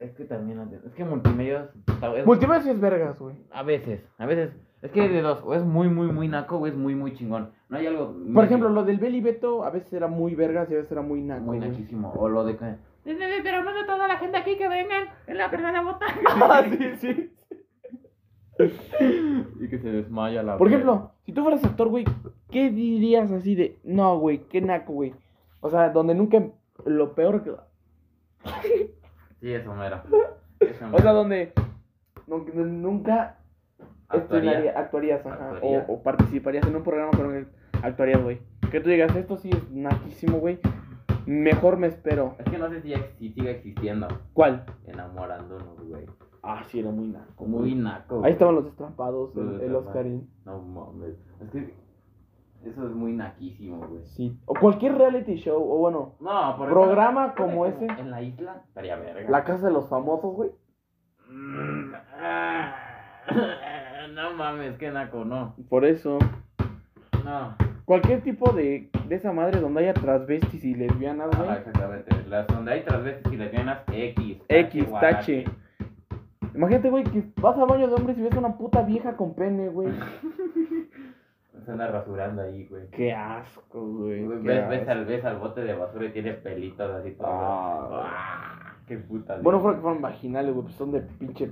Speaker 1: Es que también es que multimedios es-
Speaker 2: Multimedia sí es vergas, güey.
Speaker 1: A veces, a veces. Es que hay de dos, o es muy, muy, muy naco, o es muy, muy chingón. No hay algo.
Speaker 2: Por ejemplo, lo del Beli Beto a veces era muy vergas y a veces era muy naco.
Speaker 1: Muy
Speaker 2: güey.
Speaker 1: naquísimo. O lo de. que- Esperamos a toda la gente aquí que vengan en la primera Oh, bota.
Speaker 2: Ah, sí, sí.
Speaker 1: y que se desmaya la.
Speaker 2: Por ejemplo, si tú fueras actor, güey, ¿qué dirías así de, no, güey, qué naco, güey? O sea, donde nunca, lo peor, que-
Speaker 1: Sí, eso mero. Eso
Speaker 2: o sea,
Speaker 1: mero.
Speaker 2: donde nun- nun- nunca
Speaker 1: Actuaría.
Speaker 2: estrenaría- actuarías, ajá,
Speaker 1: Actuaría.
Speaker 2: O, o participarías en un programa con el que actuarías, güey. Que tú digas, esto sí es naquísimo, güey, mejor me espero.
Speaker 1: Es que no sé si, ex- si sigue existiendo.
Speaker 2: ¿Cuál?
Speaker 1: Enamorándonos, güey.
Speaker 2: Ah, sí, era muy naco.
Speaker 1: Muy naco.
Speaker 2: Ahí
Speaker 1: güey.
Speaker 2: estaban los destrampados,
Speaker 1: Los
Speaker 2: el, el
Speaker 1: destrampados.
Speaker 2: Oscarín.
Speaker 1: No mames. Es que. Eso es muy naquísimo, güey.
Speaker 2: Sí. O cualquier reality show, o bueno,
Speaker 1: No, por
Speaker 2: Programa como ese.
Speaker 1: En la isla. Estaría verga.
Speaker 2: la casa de los famosos, güey.
Speaker 1: Mm, ah, No mames, que naco, no.
Speaker 2: Por eso...
Speaker 1: No.
Speaker 2: Cualquier tipo de, de esa madre donde haya transvestis y lesbianas, güey.
Speaker 1: Ah, exactamente. Las donde hay tres veces y lesbianas, X.
Speaker 2: X,
Speaker 1: guarache.
Speaker 2: tache. Imagínate, güey, que vas al baño de hombres y ves a una puta vieja con pene, güey.
Speaker 1: Se anda rasurando ahí, güey.
Speaker 2: Qué asco, güey. qué
Speaker 1: Ves, ves,
Speaker 2: asco.
Speaker 1: al, ves al bote de basura y tiene pelitos así todo. Ah, qué puta.
Speaker 2: Bueno, fuera que fueron vaginales, güey, pues son de pinche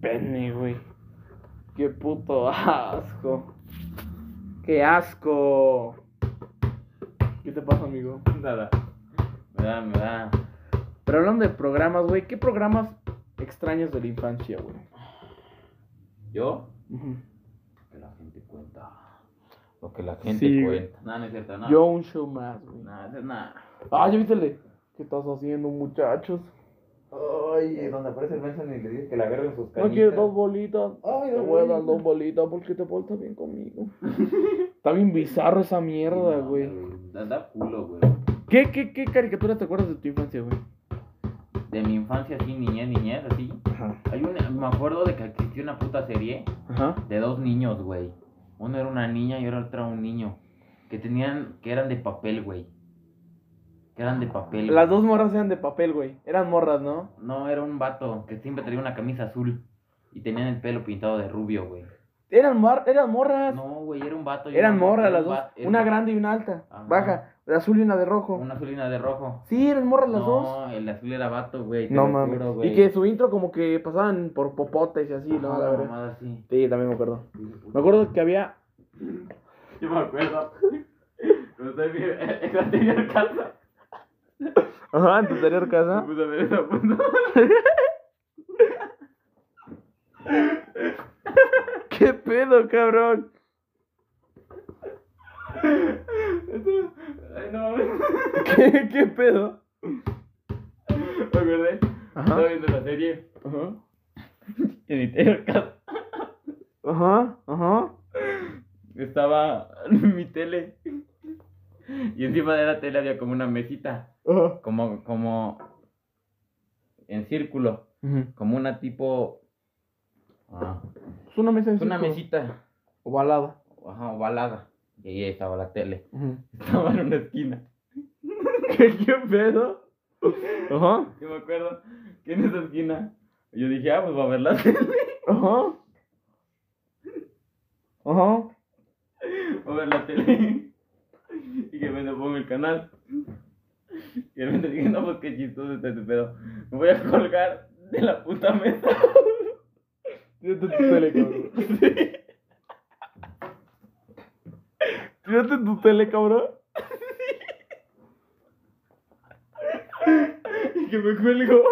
Speaker 2: pene, güey. Qué puto asco. Qué asco. ¿Qué te pasa, amigo?
Speaker 1: Nada. Me da, me da.
Speaker 2: Pero hablando de programas, güey, ¿qué programas extraños de la infancia, güey?
Speaker 1: Yo,
Speaker 2: Ujú.
Speaker 1: lo que la gente cuenta. Lo que la gente
Speaker 2: Sí, güey.
Speaker 1: cuenta. No, no es cierto, no.
Speaker 2: Yo un show más, güey.
Speaker 1: No, eso es nada.
Speaker 2: Ah, ya viste el de, ¿Qué estás haciendo, muchachos?
Speaker 1: Ay, donde aparece el Benson y le dice que le agarren sus
Speaker 2: No quiero dos bolitas.
Speaker 1: Ay,
Speaker 2: Te
Speaker 1: dos
Speaker 2: voy a dar
Speaker 1: bolitas.
Speaker 2: dos bolitas porque te portas bien conmigo.
Speaker 3: Está bien bizarro esa mierda, güey.
Speaker 1: Anda culo, güey.
Speaker 3: ¿Qué, qué, qué caricaturas te acuerdas de tu infancia, güey?
Speaker 1: De mi infancia, así, niñez, niñez, así.
Speaker 3: Ajá.
Speaker 1: Hay una, me acuerdo de que existió una puta serie
Speaker 3: Ajá.
Speaker 1: de dos niños, güey. Uno era una niña y era otra un niño. Que tenían, que eran de papel, güey. Que eran de papel.
Speaker 3: Las dos morras eran de papel, güey. Eran morras, ¿no?
Speaker 1: No, era un vato que siempre traía una camisa azul. Y tenían el pelo pintado de rubio, güey.
Speaker 3: Eran, mar- eran morras.
Speaker 1: No, güey, era un vato. y
Speaker 3: eran
Speaker 1: una-
Speaker 3: morras
Speaker 1: era
Speaker 3: las
Speaker 1: un
Speaker 3: dos.
Speaker 1: va- era
Speaker 3: Una
Speaker 1: un-
Speaker 3: grande y una alta.
Speaker 1: Ajá.
Speaker 3: Baja. De azul y una de rojo.
Speaker 1: Una azul y una de rojo.
Speaker 3: Sí, eran morras las
Speaker 1: no,
Speaker 3: dos.
Speaker 1: el azul era vato, güey. te
Speaker 3: No
Speaker 1: lo
Speaker 3: mames.
Speaker 1: juro, güey.
Speaker 3: y que su intro como que pasaban por popotes y así,
Speaker 1: Ajá,
Speaker 3: ¿no? La
Speaker 1: una
Speaker 3: verdad.
Speaker 1: mamada así.
Speaker 3: Sí, también me acuerdo. Me acuerdo que había
Speaker 1: Yo me acuerdo. Cuando estoy en mi- en la anterior casa.
Speaker 2: Ajá, en tu anterior
Speaker 1: Me
Speaker 2: casa.
Speaker 1: puse a ver esa puta.
Speaker 2: ¿Qué pedo, cabrón?
Speaker 1: Ay, no mames.
Speaker 2: ¿Qué, qué pedo?
Speaker 1: Me acordé. Estaba viendo la serie.
Speaker 2: Ajá.
Speaker 1: En mi anterior casa.
Speaker 2: Ajá, ajá.
Speaker 1: Estaba mi tele. Y encima de la tele había como una mesita.
Speaker 2: Ajá.
Speaker 1: Como, como. En círculo.
Speaker 2: Ujú.
Speaker 1: Como una tipo. ah,
Speaker 2: Es una mesa en
Speaker 1: es una
Speaker 2: círculo.
Speaker 1: mesita.
Speaker 2: Ovalada.
Speaker 1: Ajá, ovalada. Y ahí estaba la tele.
Speaker 2: Ujú.
Speaker 1: Estaba en una esquina.
Speaker 2: ¿Qué, qué pedo? Ajá.
Speaker 1: Yo me acuerdo que en esa esquina. Yo dije, ah, pues va a ver la tele.
Speaker 2: Ajá. Ajá.
Speaker 1: Va a ver la tele. Y que me lo pongo el canal. Y de repente dije, no, pues qué chistoso está este pedo. Me voy a colgar de la puta mesa.
Speaker 2: Tírate tu tele, cabrón. Tírate tu tele, cabrón.
Speaker 1: Y que me cuelgo.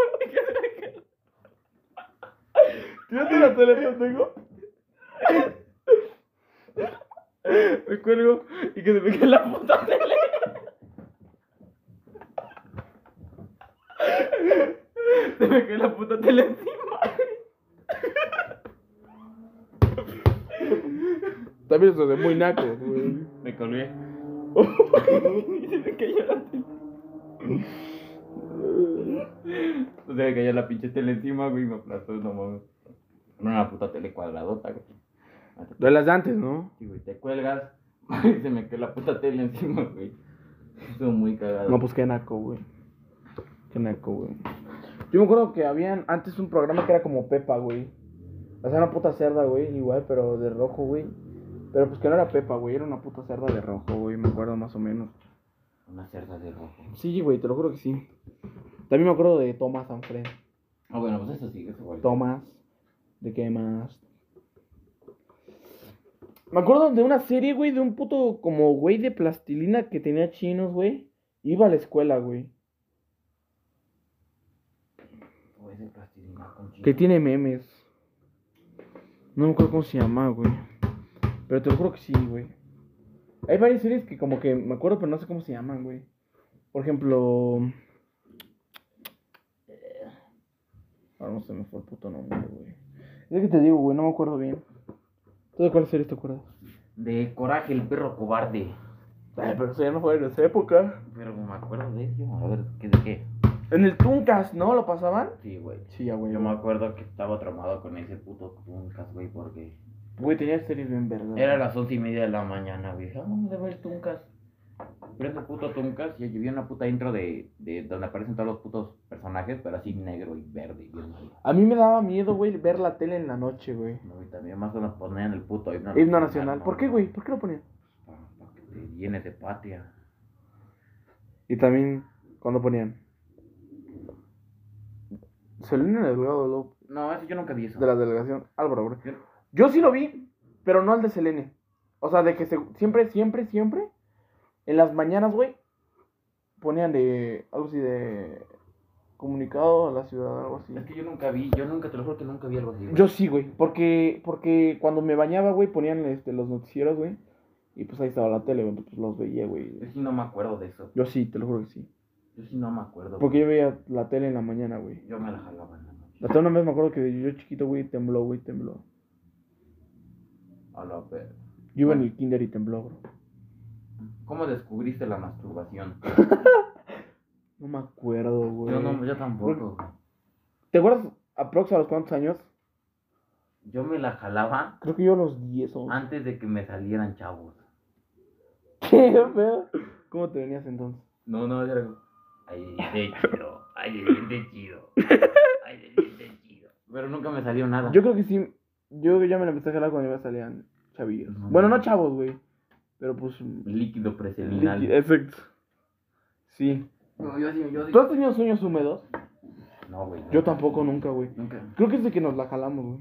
Speaker 2: Tírate la tele, pendejo.
Speaker 1: Me cuelgo y que se me cae la puta tele. Se me cae la puta tele encima.
Speaker 2: También eso de muy naco, güey.
Speaker 1: Me colgué. y se me cayó la tele. Se me cayó la pinche tele encima, güey, y me aplastó, no mames. Era una puta tele cuadradota, güey.
Speaker 2: De las de antes, ¿no?
Speaker 1: Sí, güey, te cuelgas y se me cae la puta tele encima, güey. Estuvo muy cagado.
Speaker 2: No, pues qué naco, güey. Qué naco, güey. Yo me acuerdo que habían antes un programa que era como Pepa, güey. O sea, una puta cerda, güey, igual, pero de rojo, güey. Pero pues que no era Pepa, güey, era una puta cerda de rojo, güey, me acuerdo más o menos.
Speaker 1: Una cerda de rojo.
Speaker 2: Sí, güey, te lo juro que sí. También me acuerdo de Thomas Sanfred.
Speaker 1: Ah, bueno, pues eso sí, eso güey.
Speaker 2: Thomas, ¿de qué más? Me acuerdo de una serie, güey, de un puto como güey de plastilina que tenía chinos, güey. Iba a la escuela, güey.
Speaker 1: Güey, de plastilina con chile.
Speaker 2: Que tiene memes. No me acuerdo cómo se llama, güey. Pero te lo juro que sí, güey. Hay varias series que como que me acuerdo, pero no sé cómo se llaman, güey. Por ejemplo... eh, Ahora no se me fue el puto nombre, güey. Es que te digo, güey, no me acuerdo bien. ¿Tú de cuál series te acuerdas?
Speaker 1: De coraje, el perro cobarde.
Speaker 2: Ay, pero eso ya no fue en esa época.
Speaker 1: Pero me acuerdo de ello. A ver, ¿qué de qué?
Speaker 2: En el Tuncas, ¿no? ¿Lo pasaban?
Speaker 1: Sí, güey.
Speaker 2: Sí, ya, güey.
Speaker 1: Yo me acuerdo que estaba traumado con ese puto Tuncas, güey, porque
Speaker 2: Güey, tenía series bien vergas.
Speaker 1: era las once y media de la mañana, güey. Dije, ah, vamos a ver Tuncas. Prendo el puto Tuncas y allí vi una puta intro de, de donde aparecen todos los putos personajes, pero así negro y verde. Y bien mal.
Speaker 2: A mí me daba miedo, güey, ver la tele en la noche, güey.
Speaker 1: No, y también más o menos ponían el puto himno
Speaker 2: Himno nacional.
Speaker 1: Ah, no,
Speaker 2: ¿Por qué, güey? ¿Por qué lo ponían?
Speaker 1: Para, para que te llenes de patria.
Speaker 2: Y también, cuando ponían? Selena Delgado López,
Speaker 1: No, eso yo nunca vi eso.
Speaker 2: de la delegación Álvaro Obregón.
Speaker 1: Yo-
Speaker 2: Yo sí lo vi, pero no al de Selene. O sea, de que se- siempre, siempre, siempre, en las mañanas, güey, ponían de algo así de comunicado a la ciudad, algo así.
Speaker 1: Es que yo nunca vi, yo nunca, te lo juro que nunca vi algo así. güey.
Speaker 2: Yo sí, güey, porque, porque cuando me bañaba, güey, ponían este, los noticieros, güey, y pues ahí estaba la tele, güey, pues los veía,
Speaker 1: Yo
Speaker 2: güey.
Speaker 1: sí no me acuerdo de eso.
Speaker 2: Yo sí, te lo juro que sí.
Speaker 1: Yo sí no me acuerdo.
Speaker 2: Porque yo veía la tele en la mañana, güey.
Speaker 1: Yo me la jalaba en la noche.
Speaker 2: Hasta una vez me acuerdo que yo chiquito, güey, tembló, güey, tembló.
Speaker 1: A la ver.
Speaker 2: Yo iba en el kinder y tembló, bro.
Speaker 1: ¿Cómo descubriste la masturbación?
Speaker 2: No me acuerdo, güey.
Speaker 1: Yo no, yo tampoco. güey.
Speaker 2: ¿Te acuerdas aprox a los cuántos años?
Speaker 1: Yo me la jalaba
Speaker 2: Creo que yo a los 10 o...
Speaker 1: antes de que me salieran chavos.
Speaker 2: ¿Qué, feo? ¿Cómo te venías entonces?
Speaker 1: No, no, era como, Ay, de chido. Ay, de de chido. Ay, de de chido. Pero nunca me salió nada.
Speaker 2: Yo creo que sí. Yo ya me la empecé a jalar cuando iba salían chavillos.
Speaker 1: No.
Speaker 2: Bueno, no chavos, güey. Pero pues. mm,
Speaker 1: Líquido preseminal.
Speaker 2: líquido- eh. Exacto. Sí.
Speaker 1: No, yo sí, yo sí.
Speaker 2: ¿Tú has tenido sueños húmedos?
Speaker 1: No, güey.
Speaker 2: Yo
Speaker 1: nunca.
Speaker 2: tampoco, nunca, güey.
Speaker 1: Nunca.
Speaker 2: Creo que es de que nos la jalamos, güey.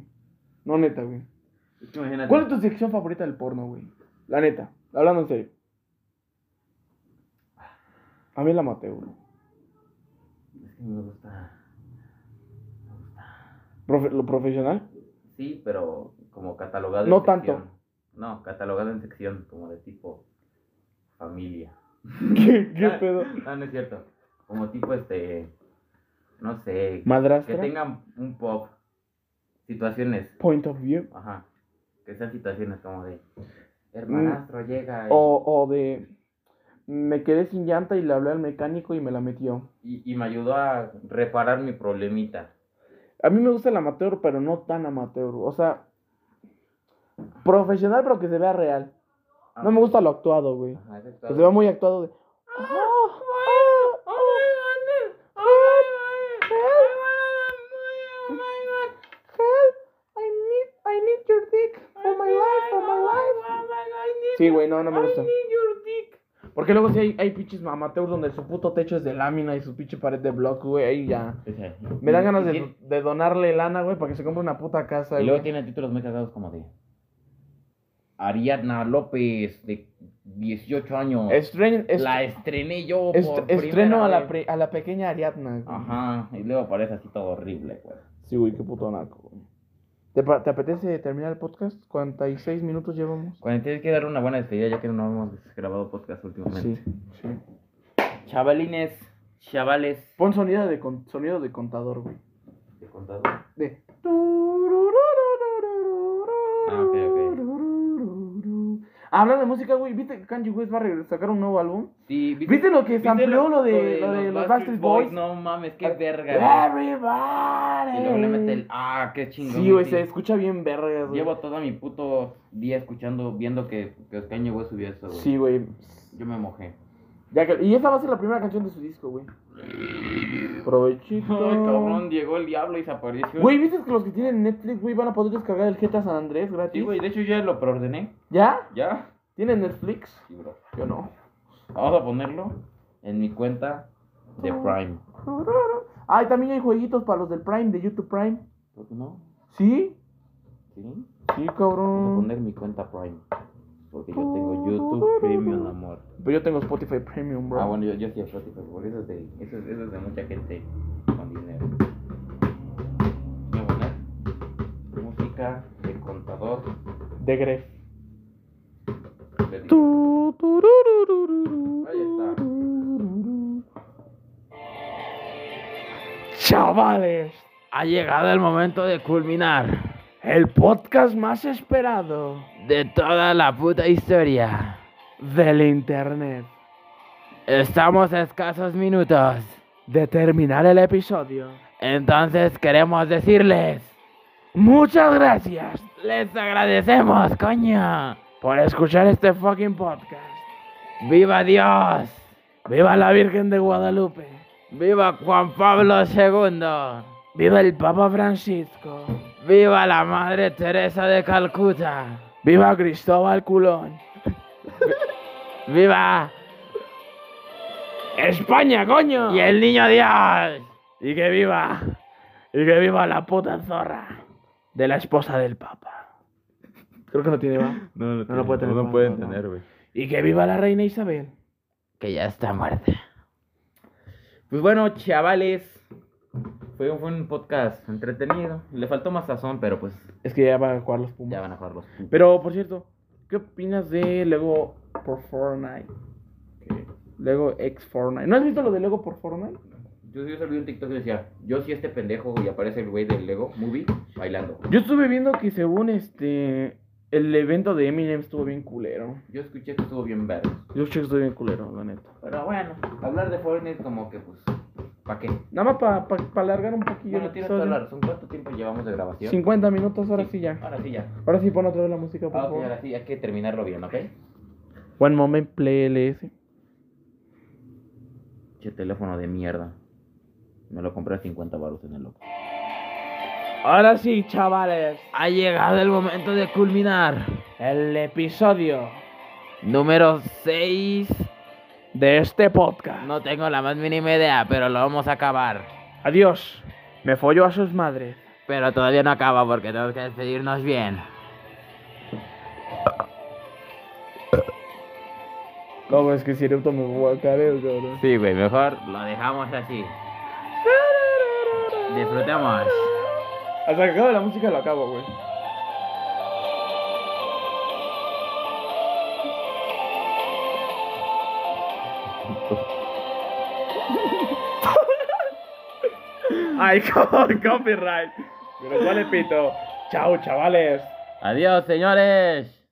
Speaker 2: No, neta, güey.
Speaker 1: Es que imagínate.
Speaker 2: ¿Cuál es tu sección favorita del porno, güey? La neta. Hablando en serio. A mí la maté, güey.
Speaker 1: Es que me gusta.
Speaker 2: Profe- ¿Lo profesional?
Speaker 1: Sí, pero como catalogado
Speaker 2: No
Speaker 1: en sección.
Speaker 2: tanto.
Speaker 1: No, catalogado en sección, como de tipo familia.
Speaker 2: ¿Qué, qué pedo?
Speaker 1: Ah, No, no es cierto. Como tipo este. No sé. Que
Speaker 2: ¿Madrastra?
Speaker 1: tengan un pop. Situaciones.
Speaker 2: Point of view.
Speaker 1: Ajá. Que sean situaciones como de. Hermanastro llega y,
Speaker 2: Mm, O, o de. Me quedé sin llanta y le hablé al mecánico y me la metió.
Speaker 1: y, y me ayudó a reparar mi problemita.
Speaker 2: A mí me gusta el amateur, pero no tan amateur. O sea, profesional, pero que se vea real. No
Speaker 1: Ah.
Speaker 2: me gusta Pues lo actuado, güey.
Speaker 1: Ajá, eso es
Speaker 2: Que se
Speaker 1: todo.
Speaker 2: vea muy actuado de.
Speaker 1: oh
Speaker 2: Oh
Speaker 1: Oh
Speaker 2: Sí, güey, no, no me gusta. Porque luego sí hay, hay pinches amateurs donde su puto techo es de lámina y su pinche pared de block, güey, ahí ya.
Speaker 1: Ese.
Speaker 2: Me dan ganas
Speaker 1: Y
Speaker 2: de,
Speaker 1: tiene-
Speaker 2: de donarle lana, güey, para que se compre una puta casa,
Speaker 1: Y luego
Speaker 2: güey.
Speaker 1: tiene títulos muy cagados como de. Ariadna López, de 18 años.
Speaker 2: Estren- est-
Speaker 1: la estrené yo.
Speaker 2: est-
Speaker 1: por
Speaker 2: estreno
Speaker 1: primera
Speaker 2: a la,
Speaker 1: vez.
Speaker 2: pre- a la pequeña Ariadna, güey.
Speaker 1: Ajá, y luego aparece así todo horrible, güey.
Speaker 2: Sí, güey, qué puto naco, güey. ¿Te, pa- te apetece terminar el podcast? 46 minutos llevamos.
Speaker 1: Cuando tienes que dar una buena despedida, ya que no hemos grabado podcast
Speaker 2: Sí,
Speaker 1: últimamente.
Speaker 2: sí.
Speaker 1: Chavalines, chavales.
Speaker 2: Pon sonido de, con- sonido de contador, güey.
Speaker 1: ¿Te he contado?
Speaker 2: De.
Speaker 1: Ah, ok,
Speaker 2: Ah, Hablando de música, güey, ¿viste que Kanye West va a regre- sacar un nuevo álbum?
Speaker 1: Sí,
Speaker 2: ¿Viste lo que
Speaker 1: viste
Speaker 2: amplió lo de, lo de los Backstreet Boys? Ah,
Speaker 1: No mames, qué verga. güey.
Speaker 2: Everybody.
Speaker 1: Y luego le mete el. Ah, qué chingón.
Speaker 2: Sí, güey,
Speaker 1: sí.
Speaker 2: se escucha bien vergas, güey.
Speaker 1: Llevo todo mi puto día escuchando, viendo que, que Kanye West subió eso, güey.
Speaker 2: Sí, güey.
Speaker 1: Yo me mojé.
Speaker 2: Ya que- Y esa va a ser la primera canción de su disco, güey. Provechito.
Speaker 1: Ay, cabrón, llegó el diablo y se apareció.
Speaker 2: Güey, ¿viste que los que tienen Netflix, güey, van a poder descargar el GTA San Andrés gratis?
Speaker 1: Sí, güey, de hecho ya lo preordené.
Speaker 2: ¿Ya?
Speaker 1: ¿Ya?
Speaker 2: ¿Tienen Netflix?
Speaker 1: Sí, bro.
Speaker 2: Yo no.
Speaker 1: Vamos a ponerlo en mi cuenta de Prime.
Speaker 2: Ah, y también hay jueguitos para los del Prime, de YouTube Prime.
Speaker 1: Creo que no.
Speaker 2: ¿Sí?
Speaker 1: Sí.
Speaker 2: Sí,
Speaker 1: Vamos a
Speaker 2: cabrón.
Speaker 1: poner mi cuenta Prime. Porque yo tengo YouTube Premium, amor.
Speaker 2: Pero yo tengo Spotify Premium, bro.
Speaker 1: Ah, bueno, yo, yo sí Spotify, por eso es de, eso, es- eso es de mucha gente con dinero. Voy a poner música de contador.
Speaker 2: De Gref.
Speaker 1: de-
Speaker 2: Tu, tu, ru, ru, ru, ru, ru,
Speaker 1: Ahí está.
Speaker 2: ru, ru, ru. Chavales,
Speaker 1: Ha llegado el momento de culminar
Speaker 2: el podcast más esperado
Speaker 1: de toda la puta historia.
Speaker 2: del internet.
Speaker 1: Estamos a escasos minutos.
Speaker 2: De terminar el episodio.
Speaker 1: Entonces queremos decirles,
Speaker 2: Muchas gracias
Speaker 1: les agradecemos, coño.
Speaker 2: por escuchar este fucking podcast.
Speaker 1: ¡Viva Dios!
Speaker 2: Viva la Virgen de Guadalupe.
Speaker 1: ¡Viva Juan Pablo II!
Speaker 2: Viva el Papa Francisco.
Speaker 1: ¡Viva la Madre Teresa de Calcuta!
Speaker 2: Viva Cristóbal Culón.
Speaker 1: ¡Viva!
Speaker 2: España, coño.
Speaker 1: ¡Y el niño Dios!
Speaker 2: Y que viva. Y que viva la puta zorra de la esposa del Papa. Creo que no tiene más.
Speaker 1: No, no,
Speaker 2: tiene, puede tener, no pueden no, no. tener, Y que viva la reina Isabel.
Speaker 1: Que ya está muerta. Pues bueno, chavales. Fue un, fue un podcast entretenido. Le faltó más sazón, pero pues
Speaker 2: Es que ya van a jugar los
Speaker 1: ya
Speaker 2: Pumas.
Speaker 1: van a jugar los.
Speaker 2: Pero por cierto, ¿qué opinas de Lego por Fortnite? Lego ex Fortnite. ¿No has visto lo de Lego por Fortnite?
Speaker 1: Yo, yo salí un TikTok y decía: Yo sí, este pendejo, y aparece el güey del Lego Movie bailando.
Speaker 2: Yo estuve viendo que según este El evento de Eminem estuvo bien culero.
Speaker 1: Yo escuché que estuvo bien verde.
Speaker 2: Yo creo que estuvo bien culero, la neta.
Speaker 1: Pero bueno, hablar de Fortnite como que pues, ¿para qué?
Speaker 2: Nada más para pa, pa alargar un poquillo
Speaker 1: Bueno,
Speaker 2: el
Speaker 1: tienes
Speaker 2: episodio.
Speaker 1: toda la razón. ¿Cuánto tiempo llevamos de grabación?
Speaker 2: 50 minutos, ahora sí ya.
Speaker 1: Ahora sí ya.
Speaker 2: Ahora sí pon otra vez la música, por
Speaker 1: Ah, ok,
Speaker 2: favor.
Speaker 1: ahora sí, hay que terminarlo bien, ¿ok?
Speaker 2: One moment, play LS.
Speaker 1: Che teléfono de mierda. Me lo compré a 50 baros en el loco.
Speaker 2: Ahora sí, chavales.
Speaker 1: Ha llegado el momento de culminar.
Speaker 2: El episodio
Speaker 1: Número 6.
Speaker 2: de este podcast.
Speaker 1: No tengo la más mínima idea, pero lo vamos a acabar.
Speaker 2: Adiós. Me folló a sus madres.
Speaker 1: Pero todavía no acaba porque tenemos que despedirnos bien.
Speaker 2: No, es que si erupto me voy a caer, cabrón.
Speaker 1: Sí, güey, mejor lo dejamos así. Disfrutemos.
Speaker 2: Hasta que acabe la música lo acabo, güey. Ay, con copyright. Pero vale, pito. Chao, chavales.
Speaker 1: Adiós, señores.